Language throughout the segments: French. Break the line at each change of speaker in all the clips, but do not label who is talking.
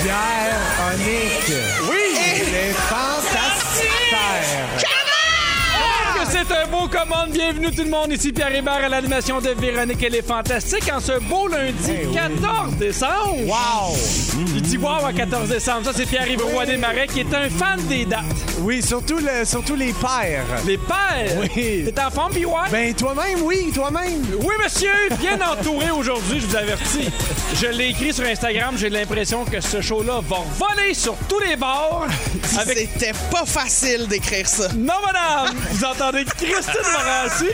Pierre Onic! Oui! Il est fantastique!
que c'est un beau commande. Bienvenue tout le monde. Ici Pierre Hébert à l'animation de Véronique. Elle est fantastique en ce beau lundi
Eh
14 décembre.
Wow!
Il dit wow à 14 décembre. Ça, c'est Pierre-Yves Roy Desmarais qui est un fan des dates.
Oui, surtout, le, surtout les pères.
Les pères.
Oui.
T'es en forme, PY?
Ben, toi-même, oui, toi-même.
Oui, monsieur, bien entouré aujourd'hui, je vous avertis. Je l'ai écrit sur Instagram, j'ai l'impression que ce show-là va voler sur tous les bords. Avec...
C'était pas facile d'écrire ça.
Non, madame! Vous entendez Christine Morancy?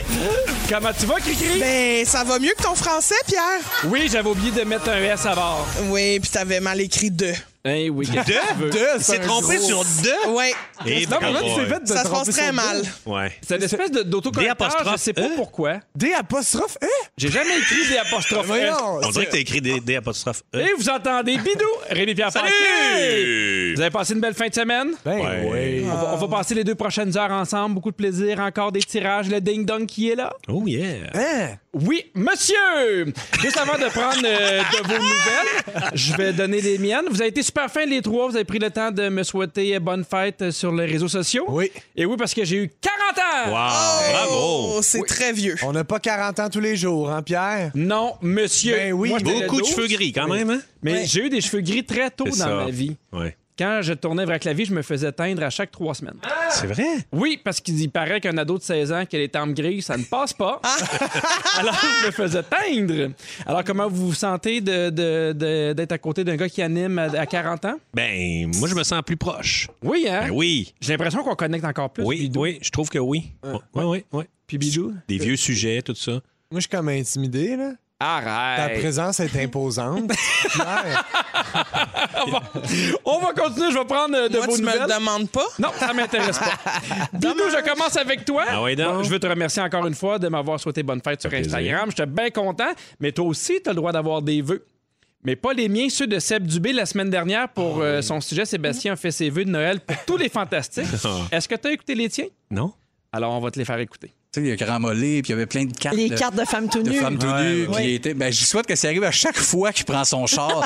Comment tu vas, Cricri?
Ben, ça va mieux que ton français, Pierre.
Oui, j'avais oublié de mettre un S à bord.
Oui, puis t'avais mal écrit deux.
Eh oui, qu'est-ce que tu veux?
Deux, deux,
s'est trompé sur deux?
Ouais,
Et
Non, mais là, tu t'es fait de
Ah! ça se
tromper
passe très
sur
mal.
deux.
ben, Ouais.
C'est une espèce de- d'autocollecteur,
D'apostrophe
je sais pas
E.
pourquoi.
Des apostrophes, hein?
J'ai jamais écrit des apostrophes. E.
Voyons.
On dirait que t'as écrit des, des apostrophes E. Ah,
Et vous entendez Bidou, Rémi Pierre Paquet. Vous avez passé une belle fin de semaine?
Ben,
Ouais.
On va, on va passer les deux prochaines heures ensemble, beaucoup de plaisir, encore des tirages, le ding-dong qui est là.
Oh yeah!
hein?
Oui, monsieur! Juste avant de prendre euh, de vos nouvelles, je vais donner les miennes. Vous avez été super fins les trois, vous avez pris le temps de me souhaiter bonne fête euh, sur les réseaux sociaux.
Oui.
Et oui, parce que j'ai eu 40 ans!
Wow! Bravo!
Oh, c'est très vieux.
On n'a pas 40 ans tous les jours, hein, Pierre?
Non, monsieur.
Ben oui.
Moi, j'étais le
Beaucoup de
12,
cheveux gris quand même, hein?
Mais j'ai eu des cheveux gris très tôt dans
C'est ça.
ma vie.
Ouais.
Quand je tournais vers la vie, je me faisais teindre à chaque trois semaines.
C'est vrai?
Oui, parce qu'il y paraît qu'un ado de 16 ans qui a les tempes grises, ça ne passe pas. Alors, je me faisais teindre. Alors, comment vous vous sentez de- de- de- d'être à côté d'un gars qui anime à, à 40 ans?
Ben, moi, je me sens plus proche.
Oui, hein?
Ben oui.
J'ai l'impression qu'on connecte encore plus.
Oui,
Bidou. Ah. Euh.
oui, je trouve que oui. Oui, oui, oui.
Puis Bidou?
Des vieux sujets, tout ça.
Moi, je suis comme intimidé, là. Ta
Arrête!
présence est imposante. Pierre.
On va continuer, je vais prendre euh, de
Moi,
vos
tu me
nouvelles.
le demandes pas?
Non, ça m'intéresse pas. Bidou, je commence avec toi.
Ah ouais, donc.
Bon, Je veux te remercier encore une fois de m'avoir souhaité bonne fête sur
fait plaisir.
Instagram. J'étais bien content, mais toi aussi, tu as le droit d'avoir des vœux. Mais pas les miens, ceux de Seb Dubé la semaine dernière pour
Ah
euh, son sujet. Sébastien a fait ses vœux de Noël pour tous les fantastiques.
Ah.
Est-ce que tu as écouté les tiens?
Non?
Alors, on va te les faire écouter.
Tu sais, il y a Grand Mollet, puis il y avait plein de cartes.
Les
de-
cartes de femmes tout
de
nues.
femmes tout nues, puis il était- Ben, je souhaite que ça arrive à chaque fois qu'il prend son char.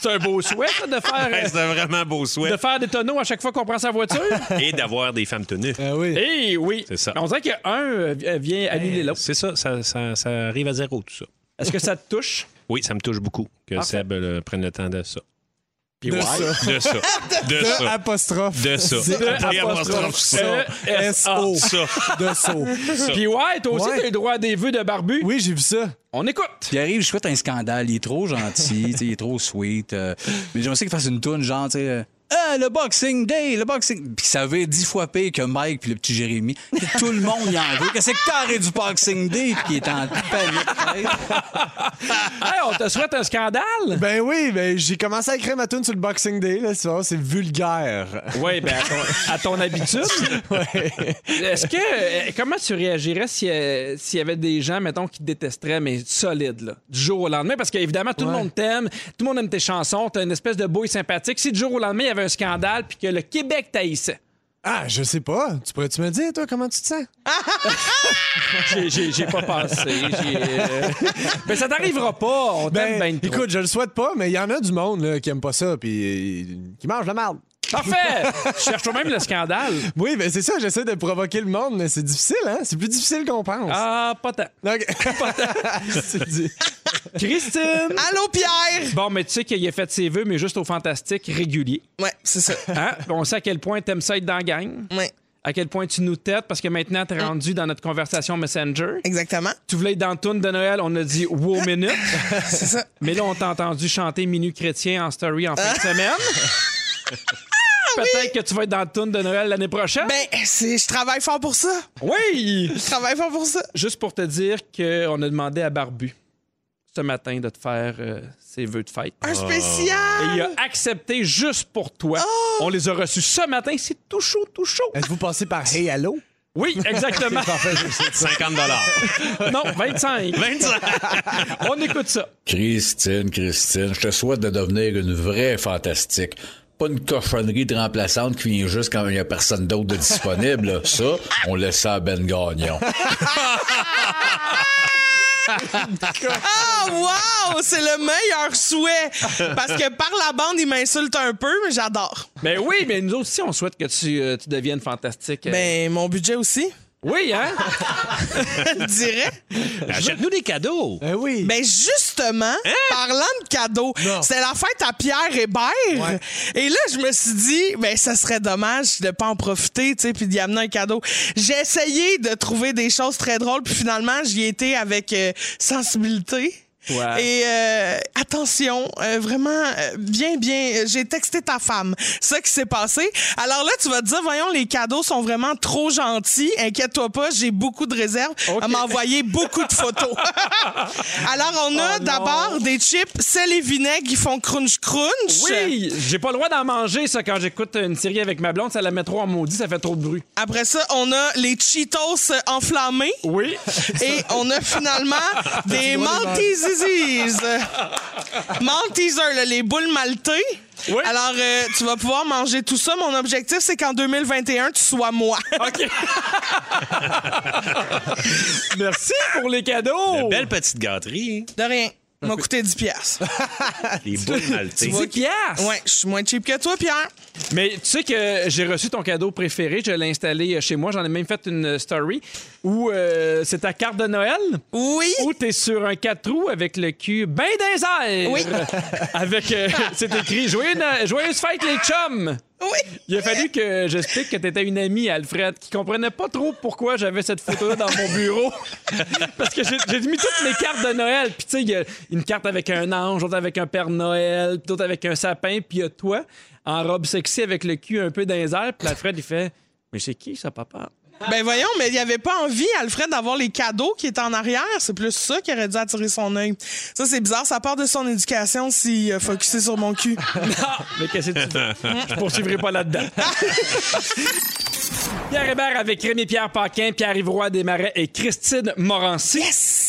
C'est un beau souhait, ça, de faire,
Ben,
euh,
c'est un vraiment beau souhait.
de faire des tonneaux à chaque fois qu'on prend sa voiture.
Et d'avoir des femmes tenues.
Ben oui.
Eh oui!
C'est ça.
On dirait qu'un euh, vient annuler l'autre.
C'est ça, ça, ça, ça arrive à zéro, tout ça.
Est-ce que ça te touche?
Oui, ça me touche beaucoup que
Parfait.
Seb euh, prenne le temps de ça.
Puis
De
ouais.
ça.
De ça. De
De
ça.
apostrophe. E
De ça. Et apostrophe ça.
E-S-O.
Ah, Ça.
De saut.
Puis ouais, toi aussi,
Ouais.
t'as le droit à des vœux de barbu.
Oui, j'ai vu ça.
On écoute.
Puis il arrive, je souhaite un scandale. Il est trop gentil, tu sais, il est trop sweet. euh, mais j'aimerais ça qu'il fasse une toune, genre, tu sais. euh, Ah, le Boxing Day, le Boxing. Puis ça veut dix fois pire que Mike puis le petit Jérémy. Que Tout le monde y en veut. Qu'est-ce que t'arrêtes du Boxing Day? Puis il est en panique.
Hey, on te souhaite un scandale?
Ben oui, ben j'ai commencé à écrire ma tune sur le Boxing Day, là, tu vois, c'est vulgaire.
Oui, ben à ton, à ton habitude. Est-ce que euh, comment tu réagirais si, euh, s'il y avait des gens, mettons, qui te détesteraient, mais solide, là, du jour au lendemain? Parce qu'évidemment, tout le
Ouais.
monde t'aime, tout le monde aime tes chansons, t'as une espèce de bouille sympathique. Si du jour au lendemain, il y avait un scandale puis que le Québec t'haïssait.
Ah, je sais pas. Tu pourrais-tu me dire, toi, comment tu te sens?
J'ai- J'ai j'ai pas pensé. j'ai, euh, Ben, Mais ça t'arrivera pas. On t'aime bien trop.
Ben, écoute, je le souhaite pas, mais il y en a du monde là, qui aime pas ça, puis euh, qui mange la merde.
Parfait! Tu cherches toi-même le scandale.
Oui, ben c'est ça, j'essaie de provoquer le monde, mais c'est difficile, hein? C'est plus difficile qu'on pense.
Ah, pas tant.
Donc- C'est dit.
Christine!
Allô, Pierre?
Bon, mais tu sais qu'il a fait ses vœux, mais juste au fantastique régulier.
Ouais, c'est ça.
Hein? Puis On sait à quel point t'aimes ça être dans la gang,
Ouais,
à quel point tu nous têtes, parce que maintenant, t'es rendu dans notre conversation Messenger.
exactement.
Tu voulais être dans le tune de Noël, on a dit « wow minute
C'est ça. ».
Mais là, on t'a entendu chanter « Minu chrétien » en story en fin de semaine.
Ah,
Peut-être que tu vas être dans le tune de Noël l'année prochaine.
Ben, c'est, je travaille fort pour ça.
Oui!
Je travaille fort pour ça.
Juste pour te dire qu'on a demandé à Barbu ce matin de te faire euh, ses vœux de fête.
Un
Et il
spécial!
a accepté juste pour toi.
Oh!
On les a reçus ce matin. C'est tout chaud, tout chaud.
Êtes-vous passé par Hey Allo?
Oui, exactement.
50
non, 25.
25.
On écoute ça.
Christine, Christine, je te souhaite de devenir une vraie fantastique. Pas une cochonnerie de remplaçante qui vient juste quand il n'y a personne d'autre de disponible. Ça, on laisse ça à Ben Gagnon.
Ah, wow! C'est le meilleur souhait! Parce que par la bande, il m'insulte un peu, mais j'adore.
Mais Ben oui, mais nous aussi, on souhaite que tu, euh, tu deviennes fantastique. Euh,
Ben, mon budget aussi,
Oui, hein?
je dirais.
Achète-nous des cadeaux.
Ben oui.
Ben justement, parlant de cadeaux, c'est la fête à Pierre Hébert. Et là, je me suis dit, ben ça serait dommage de pas en profiter, tu sais, puis d'y amener un cadeau. J'ai essayé de trouver des choses très drôles, puis finalement, j'y ai été avec euh, sensibilité.
Ouais.
Et euh, attention, euh, vraiment, euh, bien, bien, euh, j'ai texté ta femme. C'est ça qui s'est passé. Alors là, tu vas te dire, voyons, les cadeaux sont vraiment trop gentils. Inquiète-toi pas, j'ai beaucoup de réserves. Elle m'a envoyé beaucoup de photos. Alors, on a
Oh non.
d'abord des chips, sel et vinaigre qui font crunch crunch.
Oui, j'ai pas le droit d'en manger, ça, quand j'écoute une série avec ma blonde. Ça la met trop en maudit, ça fait trop de bruit.
Après ça, on a les Cheetos enflammés.
Oui.
Et on a finalement des Maltesers. Maltesers, là, les boules maltées.
Oui.
Alors, euh, tu vas pouvoir manger tout ça. Mon objectif, c'est qu'en 2021, tu sois moi.
OK. Merci pour les cadeaux.
Belle petite gâterie.
De rien. Ça m'a coûté 10 piastres.
hein. Les boules maltais.
10 piastres.
Ouais, je suis moins cheap que toi, Pierre.
Mais tu sais que j'ai reçu ton cadeau préféré, je l'ai installé chez moi, j'en ai même fait une story où euh, c'est ta carte de Noël
Oui.
où t'es sur un 4 roues avec le cul ben des airs.
Oui.
Avec euh, c'est écrit joyeux Na- joyeuse fête les chums.
Oui.
Il a fallu que j'explique que t'étais une amie, Alfred, qui comprenait pas trop pourquoi j'avais cette photo-là dans mon bureau. Parce que j'ai j'ai mis toutes mes cartes de Noël. Puis tu sais, il y a une carte avec un ange, l'autre avec un Père Noël, puis l'autre avec un sapin, puis il y a toi, en robe sexy avec le cul un peu dans les airs. Puis Alfred, il fait Mais c'est qui ça, papa?
Ben voyons, mais il n'y avait pas envie, Alfred, d'avoir les cadeaux qui étaient en arrière. C'est plus ça qui aurait dû attirer son œil. Ça, c'est bizarre. Ça part de son éducation s'il a focusé sur mon cul.
Ah, mais qu'est-ce que tu veux? Je poursuivrai pas là-dedans. Pierre Hébert avec Rémi Pierre Paquin, Pierre Ivroy Desmarais et Christine Morancy.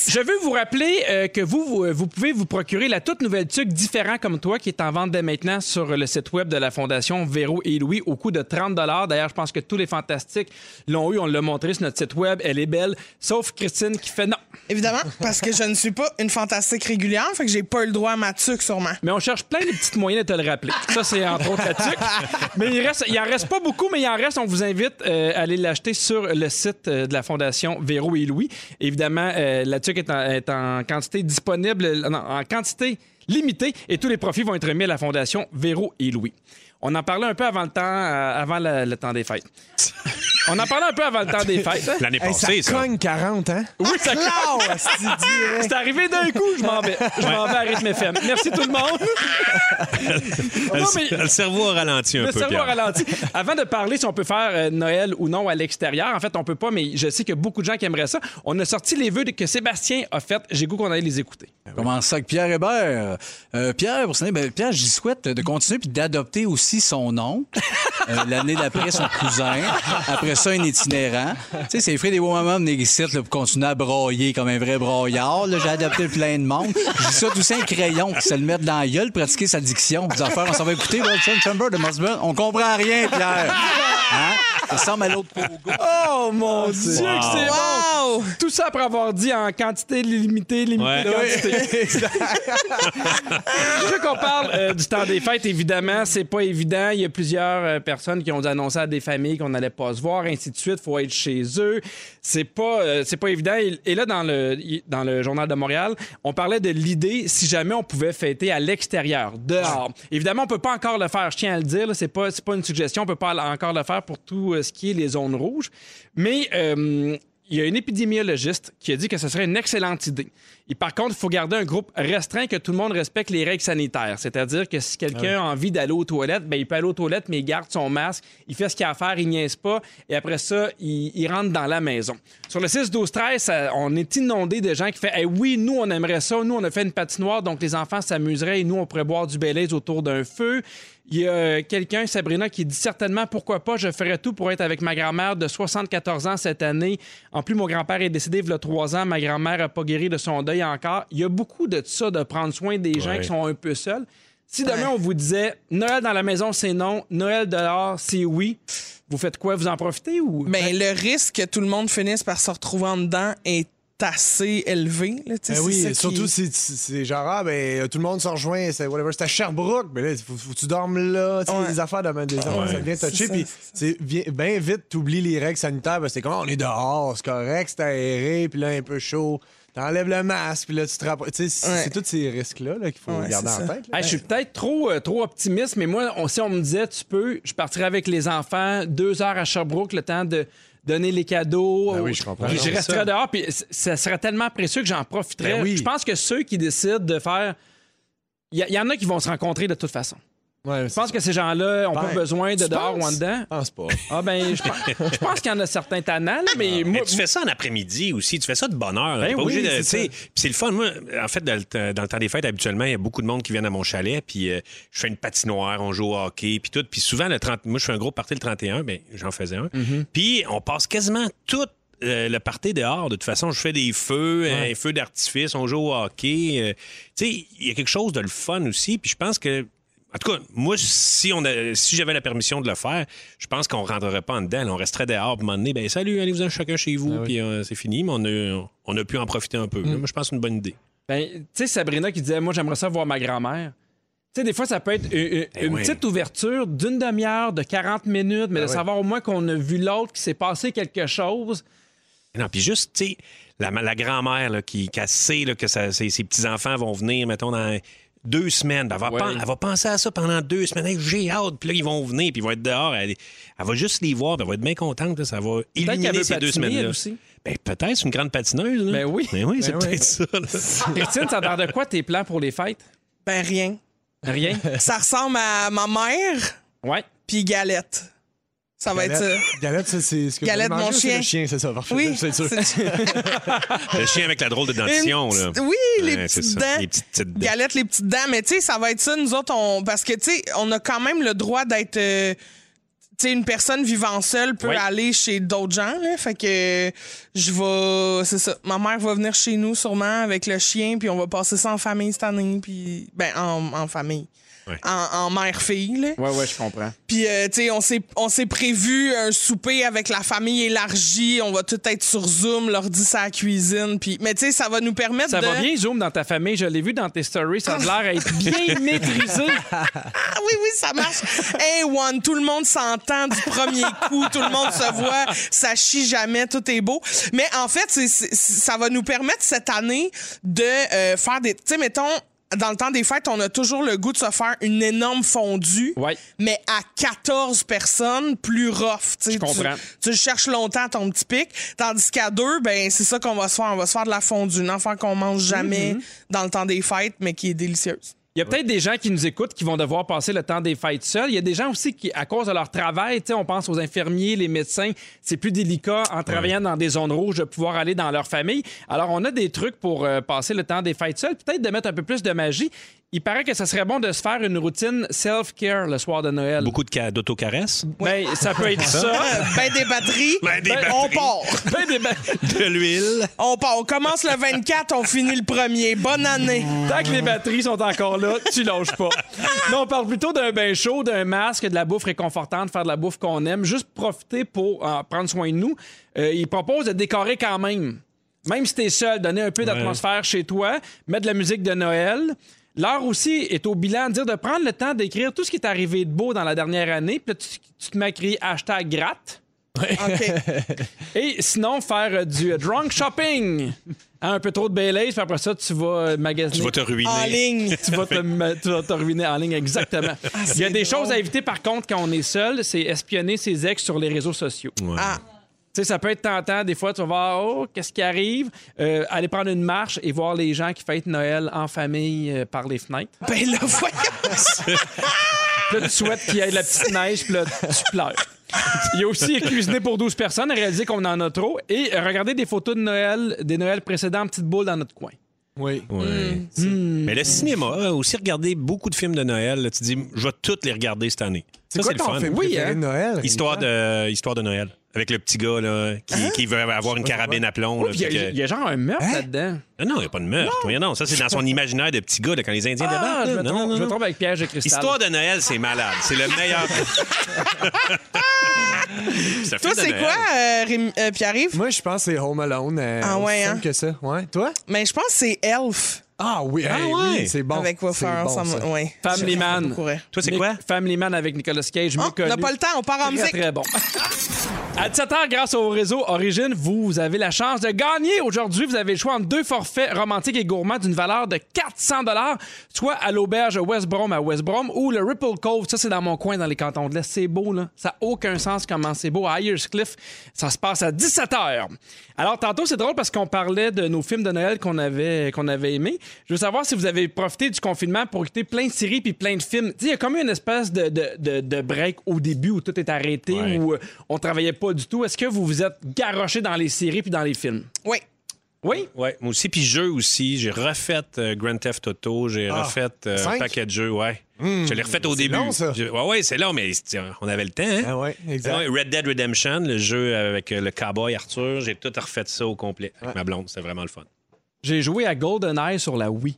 Je veux vous rappeler euh, que vous, vous, vous pouvez vous procurer la toute nouvelle tuque différent comme toi qui est en vente dès maintenant sur le site web de la Fondation Véro et Louis au coût de 30 D'ailleurs, je pense que tous les fantastiques l'ont eu, on l'a montré sur notre site web, elle est belle, sauf Christine qui fait non.
Évidemment, parce que je ne suis pas une fantastique régulière, fait que j'ai pas le droit à ma tuque, sûrement.
Mais on cherche plein de petits moyens de te le rappeler. Ça, c'est entre autres la tuque. Mais il, reste, il en reste pas beaucoup, mais il en reste. On vous invite euh, à aller l'acheter sur le site euh, de la Fondation Véro et Louis. Évidemment, euh, la tuque est en, est en quantité disponible, euh, non, en quantité limitée, et tous les profits vont être remis à la Fondation Véro et Louis. On en parlait un peu avant le temps, euh, avant la- le temps des fêtes. On en parlait un peu avant le temps des fêtes. hein?
L'année
Hey, ça
passée, ça.
cogne 40, hein?
Oui, ça
Oh, c'est direct.
c'est arrivé d'un coup, je m'en vais. Je m'en vais à rythme FM. Merci tout le monde. Non, mais-
Le cerveau a ralenti un
Le
peu.
cerveau
Pierre.
ralenti. Avant de parler si on peut faire euh, Noël ou non à l'extérieur, en fait, on peut pas, mais je sais qu'il y a beaucoup de gens qui aimeraient ça. On a sorti les vœux de- que Sébastien a fait. J'ai goût qu'on aille les écouter.
Commence ça avec Pierre Hébert. Euh, Pierre, pour s'en aller, ben, Pierre, j'y souhaite de continuer puis d'adopter aussi son oncle. Euh, L'année d'après, son cousin. Après ça, un itinérant. Tu sais, c'est Fred et Womaman venir ici là, pour continuer à broyer comme un vrai broyard. là. J'ai adopté plein de monde. J'y souhaite aussi un crayon pour se le mettre dans la gueule, pratiquer sa diction. Des affaires, on s'en va écouter. là, Chum Chamber de Mossburn. On comprend rien, Pierre. Hein? Ça ressemble à l'autre Pogo.
Oh mon Dieu,
Ah.
que c'est bon!
Wow!
Tout ça après avoir dit en quantité limitée, limitée,
Ouais.
quantité. Je veux qu'on parle euh, du temps des fêtes, évidemment. C'est pas évident. Il y a plusieurs euh, personnes qui ont annoncé à des familles qu'on n'allait pas se voir, ainsi de suite. faut être chez eux. C'est pas, euh, c'est pas évident. Et, et là, dans le, y- dans le Journal de Montréal, on parlait de l'idée si jamais on pouvait fêter à l'extérieur, dehors. Évidemment, on peut pas encore le faire. Je tiens à le dire. là. C'est pas, c'est pas une suggestion. On peut pas encore le faire pour tout euh, ce qui est les zones rouges. Mais. euh, il y a une épidémiologiste qui a dit que ce serait une excellente idée. Et par contre, il faut garder un groupe restreint que tout le monde respecte les règles sanitaires. C'est-à-dire que si quelqu'un a envie d'aller aux toilettes, ben, il peut aller aux toilettes, mais il garde son masque, il fait ce qu'il a à faire, il niaise pas, et après ça, il, il rentre dans la maison. Sur le 6, 12, 13, ça- on est inondé de gens qui font Eh oui, nous, on aimerait ça, nous, on a fait une patinoire, donc les enfants s'amuseraient et nous, on pourrait boire du Belize autour d'un feu. Il y a euh, quelqu'un, Sabrina, qui dit certainement pourquoi pas, je ferais tout pour être avec ma grand-mère de 74 ans cette année. En plus, mon grand-père est décédé il y a trois ans, ma grand-mère n'a pas guéri de son deuil encore. Il y a beaucoup de ça, de prendre soin des gens
Ouais.
qui sont un peu seuls. Si demain on vous disait Noël dans la maison, c'est non, Noël dehors, c'est oui, vous faites quoi? Vous en profitez ou.
Mais
Ben-
le risque que tout le monde finisse par se retrouver en dedans est assez élevé. Là, tu sais,
Ben
c'est ça
oui,
qui-
surtout si si- c'est genre, ah, ben, tout le monde se rejoint, c'est whatever, c'est à Sherbrooke, mais là, faut, faut que tu dormes là, tu sais,
Ouais.
les affaires de des
ouais.
ça devient
C'est
touché,
ça,
puis c'est bien ben vite, t'oublies les règles sanitaires, parce que c'est comme, ah, on est dehors, c'est correct, c'est aéré, puis là, un peu chaud, t'enlèves le masque, puis là, tu te rapproches, tu sais, c'est
Ouais.
c'est tous ces risques-là là, qu'il faut
Ouais,
garder
c'est
en
ça.
tête. là.
Hey, je suis peut-être trop, euh, trop optimiste, mais moi, on- si on me disait, tu peux, je partirais avec les enfants deux heures à Sherbrooke, le temps de donner les cadeaux.
Ben oui, je comprends.
Je,
Non,
je
c'est
resterais
ça.
dehors, puis c- ça serait tellement précieux que j'en profiterais.
Ben oui.
Je pense que ceux qui décident de faire. Il y, a- il y en a qui vont se rencontrer de toute façon.
Ouais,
Je pense que ces gens-là ont pas
Ben,
besoin de
tu
dehors ou en
penses?
dedans.
Je pense pas.
Ah ben, je pense, je pense qu'il y en a certains tannants, là, mais moi,
Mais Ah. tu fais ça en après-midi aussi, tu fais ça de bonne heure.
Ben
T'es pas
oui,
obligé de-
c'est
tu sais,
ça.
puis c'est le fun. Moi, en fait, dans le, temps- dans le temps des fêtes, habituellement, il y a beaucoup de monde qui viennent à mon chalet, puis euh, je fais une patinoire, on joue au hockey, puis tout. Puis souvent, le 30, moi, je fais un gros party le 31, mais j'en faisais un.
Mm-hmm.
Puis on passe quasiment tout euh, le party dehors. De toute façon, je fais des feux, euh, un feu d'artifice, on joue au hockey. euh, tu sais, il y a quelque chose de le fun aussi, puis je pense que en tout cas, moi, si, on a- si j'avais la permission de le faire, je pense qu'on ne rentrerait pas en dedans. là. On resterait dehors pour m'emmener. Ben, salut, allez-vous-en chacun chez
Ah
vous. Puis euh, c'est fini, mais on a, on a pu en profiter un peu.
Mm.
là. Moi, je pense que c'est une bonne idée.
Ben, tu sais, Sabrina qui disait, moi, j'aimerais ça voir ma grand-mère. Tu sais, des fois, ça peut être une, une-
Eh
une
oui. Ben
petite ouverture d'une demi-heure, de 40 minutes, mais de savoir au moins qu'on a vu l'autre, qu'il s'est passé quelque chose.
Non, puis juste, tu sais, la, la grand-mère là, qui, qui elle sait là, que sa- ses, ses petits-enfants vont venir, mettons, dans deux semaines. Ben, elle, va
Ouais.
pen- elle va penser à ça pendant deux semaines. Hey, J'ai hâte. Puis là, ils vont venir, puis ils vont être dehors. Elle, elle va juste les voir. puis elle va être bien contente. là. ça va
Peut-être qu'elle
illuminer
veut
ces deux
patiner, elle
semaines-là.
aussi.
Ben, peut-être, c'est une grande patineuse. Là.
Ben oui.
Ben oui, c'est
Ben oui.
peut-être ça. là.
Christine, ça parle de quoi tes plans pour les fêtes?
Ben rien.
Rien?
Ça ressemble à ma mère
Ouais.
puis galette. Ça va être ça.
Galette, Galette, ça, c'est ce que vous
Galette,
allez manger,
mon
ou c'est
chien.
Le chien, c'est ça, parfait.
Oui,
c'est sûr.
Le chien avec la drôle de dentition.
Une
là.
petite- Oui, les
Ouais, c'est
petites
ça,
dents.
les petites, petites dents.
Galette, les petites dents. Mais tu sais, ça va être ça, nous autres, on... parce que tu sais, on a quand même le droit d'être. euh, Tu sais, une personne vivant seule peut
Oui.
aller chez d'autres gens. Là, fait que euh, je vais. C'est ça. Ma mère va venir chez nous sûrement avec le chien, puis on va passer ça en famille cette année. Puis, ben, en, en famille.
Ouais.
En, en mère-fille. là.
Ouais, ouais, je comprends.
Puis, euh, tu sais, on s'est, on s'est prévu un souper avec la famille élargie. On va tout être sur Zoom, leur dit ça à la cuisine. Puis, mais tu sais, ça va nous permettre
Ça
de.
va bien, Zoom, dans ta famille. Je l'ai vu dans tes stories. Ça a l'air à être bien maîtrisé.
Ah oui, oui, ça marche. Hey, one, tout le monde s'entend du premier coup, tout le monde se voit, ça chie jamais, tout est beau. Mais en fait, c'est- c'est- ça va nous permettre cette année de euh, faire des. Tu sais, mettons. Dans le temps des fêtes, on a toujours le goût de se faire une énorme fondue,
Ouais.
mais à 14 personnes, plus rough. tu sais.
Je comprends.
Tu, tu cherches longtemps ton petit pic, tandis qu'à deux, ben c'est ça qu'on va se faire. On va se faire de la fondue, une affaire qu'on mange jamais
Mhm.
dans le temps des fêtes, mais qui est délicieuse.
Il y a peut-être des gens qui nous écoutent qui vont devoir passer le temps des fêtes seuls. Il y a des gens aussi qui, à cause de leur travail, tu sais, on pense aux infirmiers, les médecins, c'est plus délicat en travaillant dans des zones rouges de pouvoir aller dans leur famille. Alors, on a des trucs pour euh, passer le temps des fêtes seuls, peut-être de mettre un peu plus de magie. Il paraît que ça serait bon de se faire une routine self-care le soir de Noël.
Beaucoup de ca- d'autocaresses.
Ben, ça peut être ça.
ben des batteries.
Ben, des
On
batteries.
part.
Ben, des- ben,
De l'huile.
On part. On commence le 24, on finit le premier. Bonne année.
Tant que les batteries sont encore là, tu lâches pas. Non, on parle plutôt d'un bain chaud, d'un masque, de la bouffe réconfortante, faire de la bouffe qu'on aime, juste profiter pour euh, prendre soin de nous. Euh, il propose de décorer quand même. Même si t'es seul, donner un peu d'atmosphère chez toi, mettre de la musique de Noël. L'heure aussi est au bilan, dire de prendre le temps d'écrire tout ce qui est arrivé de beau dans la dernière année, puis là, tu, tu te mets à crier hashtag gratte.
OK.
Et sinon, faire euh, du euh, drunk shopping. Hein, un peu trop de Baileys, puis après ça, tu vas euh, magasiner
Tu vas te ruiner.
En
Ah,
ligne. Ah,
tu vas, te, ma- tu vas te ruiner en ligne, exactement. Il y a des choses à éviter, par contre, quand on est seul, c'est espionner ses ex sur les réseaux sociaux.
Ouais.
Ah.
sais, ça peut être tentant. Des fois, tu vas voir, oh, qu'est-ce qui arrive? Euh, aller prendre une marche et voir les gens qui fêtent Noël en famille euh, par les fenêtres.
Ben là, voyons!
Puis là, tu souhaites qu'il y ait de la petite neige, puis là, tu pleures. Il a aussi cuisiné pour 12 personnes, réalisé qu'on en a trop, et regardé des photos de Noël, des Noëls précédents, en petite boule dans notre coin.
Oui.
Ouais. Mais le cinéma, euh, aussi regarder beaucoup de films de Noël. là, tu dis, je vais toutes les regarder cette année.
C'est quoi
Ça, c'est le
ton
fun.
film
Oui,
préféré
hein?
de Noël?
Histoire
Rémi?
de, histoire de Noël. Avec le petit gars là, qui, qui veut avoir une carabine à plomb. là,
Puis il
fait
y, a-
que-
il y a genre un meurtre
Hein?
là-dedans.
Non, non, il n'y a pas de meurtre. Voyons donc, ça, c'est dans son imaginaire de petit gars, là, quand les Indiens
Ah, je me
débarquent. là. Non,
trompe-
non,
je me
non.
trompe avec Pierre J'ai Cristal.
Histoire de Noël, c'est malade. C'est le meilleur. C'est un
Toi,
film de
c'est
Noël.
quoi, euh, Rémi- euh, Pierre-Yves?
Moi, je pense que c'est Home Alone. euh,
Ah
aussi
ouais,
simple
hein?
que ça. Ouais. Toi?
Mais Ben, je pense que c'est Elf
Ah oui,
Ah
hey,
ouais.
oui, c'est bon.
avec
C'est
Waffer
bon,
ensemble.
ça.
Ouais.
Family
Je-
Man.
je courais.
Toi, c'est
Nick-
quoi?
Family Man avec Nicolas Cage. mieux
Oh, on n'a
connu.
pas le temps, on part
Très,
en musique.
très bon. À 17h, grâce au réseau Origine, vous, vous avez la chance de gagner. Aujourd'hui, vous avez le choix entre deux forfaits romantiques et gourmands d'une valeur de 400 soit à l'auberge West Brom à West Brom ou le Ripple Cove. Ça, c'est dans mon coin, dans les cantons de l'Est. C'est beau, là. Ça n'a aucun sens comment c'est beau. À Cliff, ça se passe à 17h. Alors, tantôt, c'est drôle parce qu'on parlait de nos films de Noël qu'on avait, qu'on avait aimés. Je veux savoir si vous avez profité du confinement pour écouter plein de séries puis plein de films. Tu sais, il y a comme eu une espèce de, de, de- de break au début où tout est arrêté,
Ouais.
où euh, on travaillait pas du tout. Est-ce que vous vous êtes garoché dans les séries puis dans les films?
Oui.
Oui?
Ouais, moi aussi. Puis jeux aussi. J'ai refait euh, Grand Theft Auto. J'ai refait euh, un
Ah, Cinq? Hmm.
paquet de jeux, ouais. je l'ai refait au début.
long, ça.
Je- Ouais, ouais, c'est long, mais c'est- on avait le temps, hein?
Ah ouais, exact.
Ouais, Red Dead Redemption, le jeu avec euh, le cowboy Arthur, j'ai tout refait ça au complet. Avec ma blonde, c'était vraiment le fun.
J'ai joué à GoldenEye sur la Wii.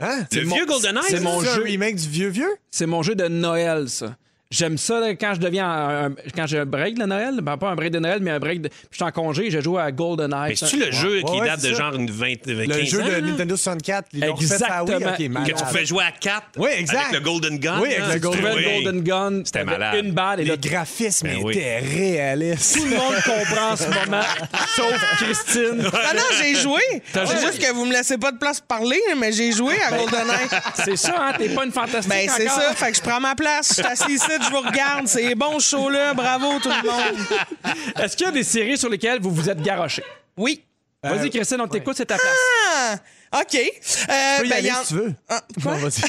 Hein?
Le
mon-
vieux GoldenEye,
c'est
ça?
mon
C'est un
jeu.
remake du vieux vieux?
C'est mon jeu de Noël, ça. J'aime ça là, quand je deviens un- un- quand j'ai un break de Noël, ben pas un break de Noël mais un break de puis je suis en congé, je joue à GoldenEye.
Mais c'est-tu le jeu qui
Ouais, ouais,
date
c'est
de
ça.
genre une 20, euh, 15
Le jeu
ans,
de
là?
Nintendo 64. Ils l'ont refait ça, oui, ok,
Exactement.
que
malade.
tu fais jouer à 4
Oui, exact.
avec le Golden Gun.
Oui, avec
là.
le
Tu trouvais
Oui.
le Golden Gun,
C'était
t'avais
malade.
Une balle et là
Les graphismes
Ben oui.
étaient réalistes.
tout le monde comprend en ce moment sauf Christine.
Ah non, j'ai joué.
T'as
C'est
joué.
juste que vous me laissez pas de place pour parler, mais j'ai joué à GoldenEye.
C'est ça hein, t'es pas une fantastique
Ben, c'est
encore.
ça. Fait que je prends ma place. Je suis assis ici, je vous regarde. C'est bon, ce show-là. Bravo, tout le monde.
Est-ce qu'il y a des séries sur lesquelles vous vous êtes garoché
Oui.
Vas-y Christine, on t'écoute, c'est ta place.
Ah, OK. Euh,
Tu peux y
ben,
aller
y en-
si tu veux.
Ah, quoi?
Non, vas-y.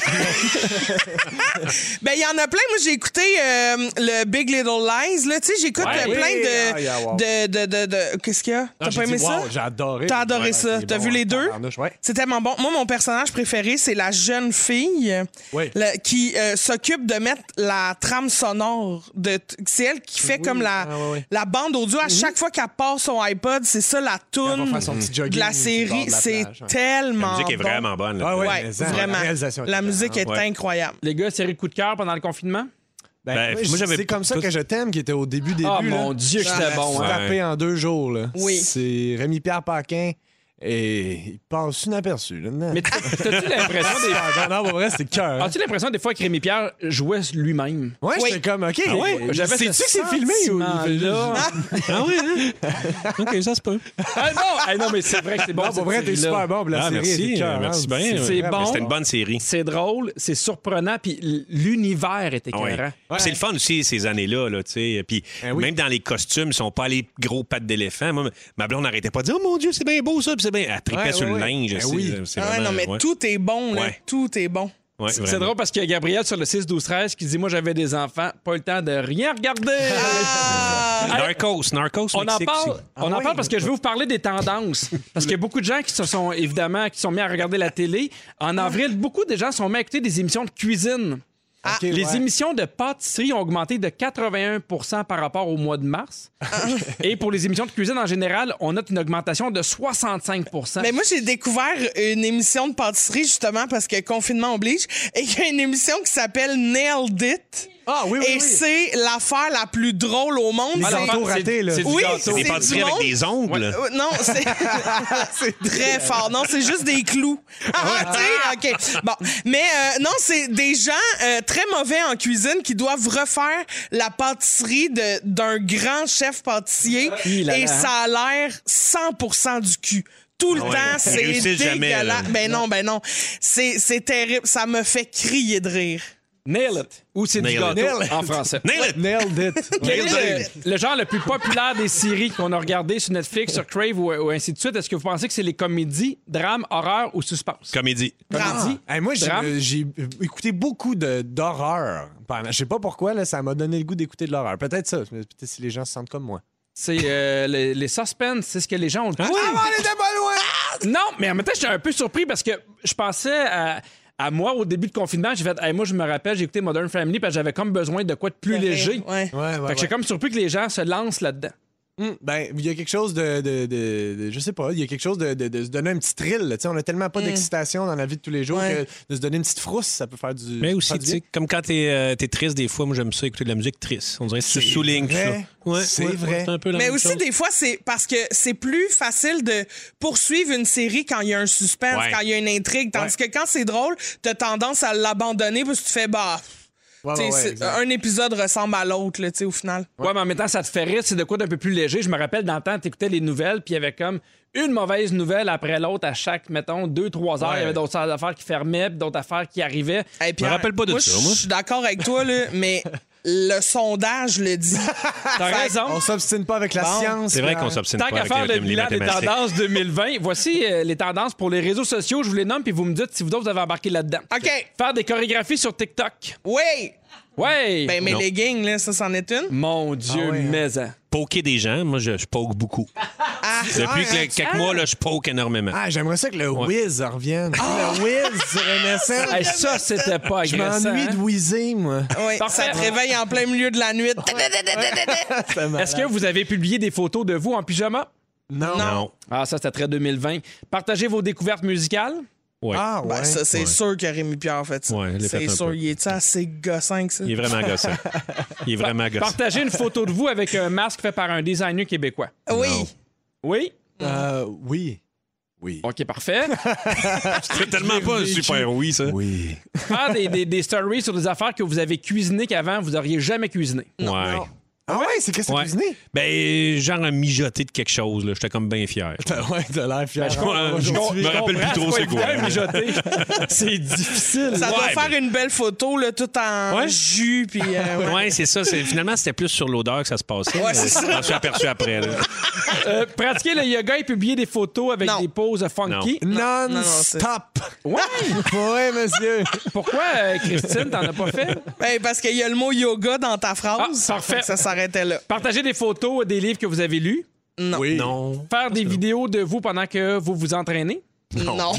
Ben, il y en a plein. Moi, j'ai écouté euh, le Big Little Lies. Là, tu sais, j'écoute
Ouais.
euh,
Oui.
plein de.
Ah, yeah, wow.
de, de, de, de- Qu'est-ce qu'il y a? T'as
Ah, j'ai
pas
dit,
aimé ça?
wow, J'ai adoré.
T'as adoré
Ouais,
ça.
c'est
T'as
bon,
vu les
hein,
deux?
tabarnouche, ouais.
C'est tellement bon. Moi, mon personnage préféré, c'est la jeune fille
Oui.
la- qui euh, s'occupe de mettre la trame sonore. De t- c'est elle qui fait comme la,
Ah, ouais, ouais.
la bande audio. À chaque fois qu'elle part son iPod, c'est ça la
Elle va
toune
faire son petit
de
jogging
la
sur le bord
série.
de la
C'est
plage, ouais.
La
tellement
musique est
bon.
vraiment bonne. là.
Ah ouais,
Ouais,
mais ça,
vraiment.
La réalisation
La musique est
Ouais.
incroyable.
Les gars, série coup de cœur pendant le confinement
Ben,
Ben,
moi,
moi,
je-
j'avais
c'est comme ça
tout-
que je t'aime, qui était au début début.
Ah,
là.
mon Dieu, que
Ça
c'était
m'a
bon, hein.
frappé en deux jours. Là.
Oui.
C'est Rémi Pierre Paquin et il passe inaperçu. Là, non.
Mais t- t'as-tu l'impression des
Ah, non, non, pour vrai, c'est cœur. hein.
As-tu l'impression des fois que Rémi Pierre jouait lui-même?
Ouais,
Oui.
j'étais comme, OK.
ouais,
euh,
j'avais
Sais-tu
ce
que c'est filmé ou il fait juste-
sentiment-là.
Ah oui, hein? OK, ça se peut.
Ah non, ah non, mais c'est vrai que c'est bon.
Ah, pour
cette
vrai, t'es
série-là.
super bon pour la
Ah,
série.
merci,
c'est cœur,
merci
hein.
bien. Ah,
C'est
vraiment
bon.
C'était une bonne série.
C'est drôle, c'est surprenant, puis l- l'univers est
Ah ouais.
écœurant.
Puis C'est le fun aussi, ces années-là. Là, tu sais. Puis
hein? Ben oui.
même dans les costumes, ils sont pas les gros pattes d'éléphant. Moi, ma blonde n'arrêtait pas de dire Oh mon Dieu, c'est bien beau ça. Puis c'est bien. Elle tripait
Ouais,
sur le
ouais, ouais.
linge.
Ben
c'est- euh,
oui.
c'est
Ah ouais,
vraiment-
non, mais
ouais.
tout est bon, là.
Ouais.
Tout est bon.
Ouais,
C'est- C'est
vraiment.
drôle parce qu'il y a Gabriel sur le 6-12-13 qui dit Moi, j'avais des enfants, pas eu le temps de rien regarder.
Ah,
Narcos, Narcos,
On en
Mexique
parle,
aussi.
on en
ouais?
parle parce que je veux vous parler des tendances. Parce qu'il y a beaucoup de gens qui se sont évidemment qui se sont mis à regarder la télé. En avril, beaucoup de gens sont mis à écouter des émissions de cuisine.
OK, ouais.
Les émissions de pâtisserie ont augmenté de 81 par rapport au mois de mars. Et pour les émissions de cuisine en général, on note une augmentation de 65
Mais moi, j'ai découvert une émission de pâtisserie, justement, parce que confinement oblige. Et il y a une émission qui s'appelle Nailed It.
Ah, oui,
et
oui. oui.
c'est l'affaire la plus drôle au monde.
Les
C'est-
enfants ratés, là.
c'est du
Oui,
gâteau.
Des
C'est
pâtisseries
du
avec
monde.
des ongles.
Euh, Non, c'est c'est très fort. Non, c'est juste des clous. Ah, tu sais, OK. Bon, mais euh, non, c'est des gens euh, très mauvais en cuisine qui doivent refaire la pâtisserie de- d'un grand chef pâtissier
Hi là
et
là.
ça a l'air 100 du cul. Tout le
hein. Ah ouais,
temps,
ils
c'est
réussissent jamais, là.
dégueulasse. ben non, ben non. C'est c'est terrible. Ça me fait crier de rire.
Nail it. Ou c'est du
Nail it.
gâteau
Nail it.
en français.
Nail it!
Nailed it.
Quel est le, le genre le plus populaire des séries qu'on a regardé sur Netflix, sur Crave ou, ou ainsi de suite? Est-ce que vous pensez que c'est les comédies, drames, horreurs ou suspense?
Comédie.
Comédie.
Ah.
Hey, moi, j'ai-
Drame.
euh, j'ai euh, écouté beaucoup de- d'horreur. pendant- Je sais pas pourquoi, là, ça m'a donné le goût d'écouter de l'horreur. Peut-être ça, mais peut-être si les gens se sentent comme moi.
C'est euh, les, les suspens, c'est ce que les gens ont le plus. Ah, Non, mais en même temps, j'étais un peu surpris parce que je pensais à, à moi au début de confinement. J'ai fait, Hey, moi, je me rappelle, j'ai écouté Modern Family parce que j'avais comme besoin de quoi de plus léger.
Eh, Ouais.
Ouais, ouais,
Fait que j'ai
ouais.
comme surpris que les gens se lancent là-dedans.
Hmm, ben, il y a quelque chose de, de, de- de- Je sais pas, il y a quelque chose de, de- de se donner un petit thrill. là. Tu sais, On a tellement pas d'excitation dans la vie de tous les jours
Ouais.
que de se donner une petite frousse, ça peut faire du.
Mais
ça
aussi,
fait du
tu sais,
bien.
comme quand t'es euh, t'es triste, des fois, moi, j'aime ça écouter de la musique triste. On dirait que
C'est
tu soulignes
vrai.
ça. Ouais,
C'est
ouais,
vrai.
C'est un peu la
Mais
même
aussi,
chose.
des fois, c'est parce que c'est plus facile de poursuivre une série quand il y a un suspense,
Ouais.
quand il y a une intrigue. Tandis que quand c'est drôle, t'as tendance à l'abandonner parce que tu fais, bah,
Ouais,
tu sais,
ouais, ouais,
c'est-
exact.
un épisode ressemble à l'autre, là, tu sais, au final.
Ouais. mais en même temps, ça te fait rire, c'est de quoi d'un peu plus léger. Je me rappelle dans le temps, t'écoutais les nouvelles, puis il y avait comme une mauvaise nouvelle après l'autre à chaque, mettons, deux, trois heures. Il y avait d'autres affaires qui fermaient, puis d'autres affaires qui arrivaient.
Hey, Pierre,
me rappelle pas de
moi,
ça,
Je
moi.
suis d'accord avec toi, là, mais le sondage le dit.
T'as raison.
On s'obstine pas avec la science.
C'est vrai
là. hein.
qu'on s'obstine
Tant
pas
qu'à
avec
faire
les,
le
les
bilan des
mathématiques.
tendances 2020, voici euh, les tendances pour les réseaux sociaux. Je vous les nomme, puis vous me dites si vous autres vous avez embarqué là-dedans.
OK.
Faire des chorégraphies sur TikTok.
Oui!
Ouais.
Ben, mes
Non.
leggings, là, ça, c'en est une.
Mon Dieu,
Ah ouais, hein.
mais hein.
Poker des gens, moi, je, je poke beaucoup.
Ah,
Depuis que- quelques mois, là, je poke énormément.
Ah, j'aimerais ça que le whiz revienne. Le whiz sur MSN.
Hey, ça, c'était pas
Je
agressant.
m'ennuie
Ah, hein.
de whizzer, moi.
ouais,
Parfait.
ça te réveille en plein milieu de la nuit.
C'est malade.
Est-ce que vous avez publié des photos de vous en pyjama?
Non.
Non.
Ah, ça, c'était très 2020. Partagez vos découvertes musicales.
Ouais.
Ah, ouais.
Ben, ça, c'est sûr que Rémi Pierre a fait ça.
Ouais, il l'a fait
c'est
un
sûr,
peu.
il est assez gossant que ça.
Il est vraiment gossant. Il est vraiment gossant.
Partagez une photo de vous avec un masque fait par un designer québécois.
Oui.
Oui?
Euh, oui. Oui.
OK, parfait.
C'est tellement pas un super oui, ça.
Oui.
Faire des, des- des stories sur des affaires que vous avez cuisinées qu'avant, vous auriez jamais cuisinées.
ouais.
Ah ouais, c'est qu'est-ce que
Ouais.
t'as cuisiné?
Ben, genre un mijoté de quelque chose, là. J'étais comme bien fier.
T'as- Ouais, t'as l'air fier.
je comprends-
Aujourd'hui.
je comprends- me rappelle plus trop c'est quoi.
quoi. c'est difficile.
Ça doit
Ouais, ben
faire une belle photo, là, tout en
Ouais.
jus. Puis, euh, ouais.
Ouais, c'est ça. c'est- Finalement, c'était plus sur l'odeur que ça se passait.
Ouais,
mais
c'est
Je m'en suis aperçu après. là.
Euh, pratiquer le yoga et publier des photos avec
Non.
des poses funky.
Non, non, c'est-
Non-stop.
Ouais.
ouais, monsieur.
Pourquoi, euh, Christine, t'en as pas fait?
Ben, parce qu'il y a le mot yoga dans ta phrase.
Ah, parfait.
Fait que Ça s'arrêtait là.
Partager des photos des livres que vous avez lus.
Oui.
Non.
Faire des vidéos de vous pendant que vous vous entraînez.
Non.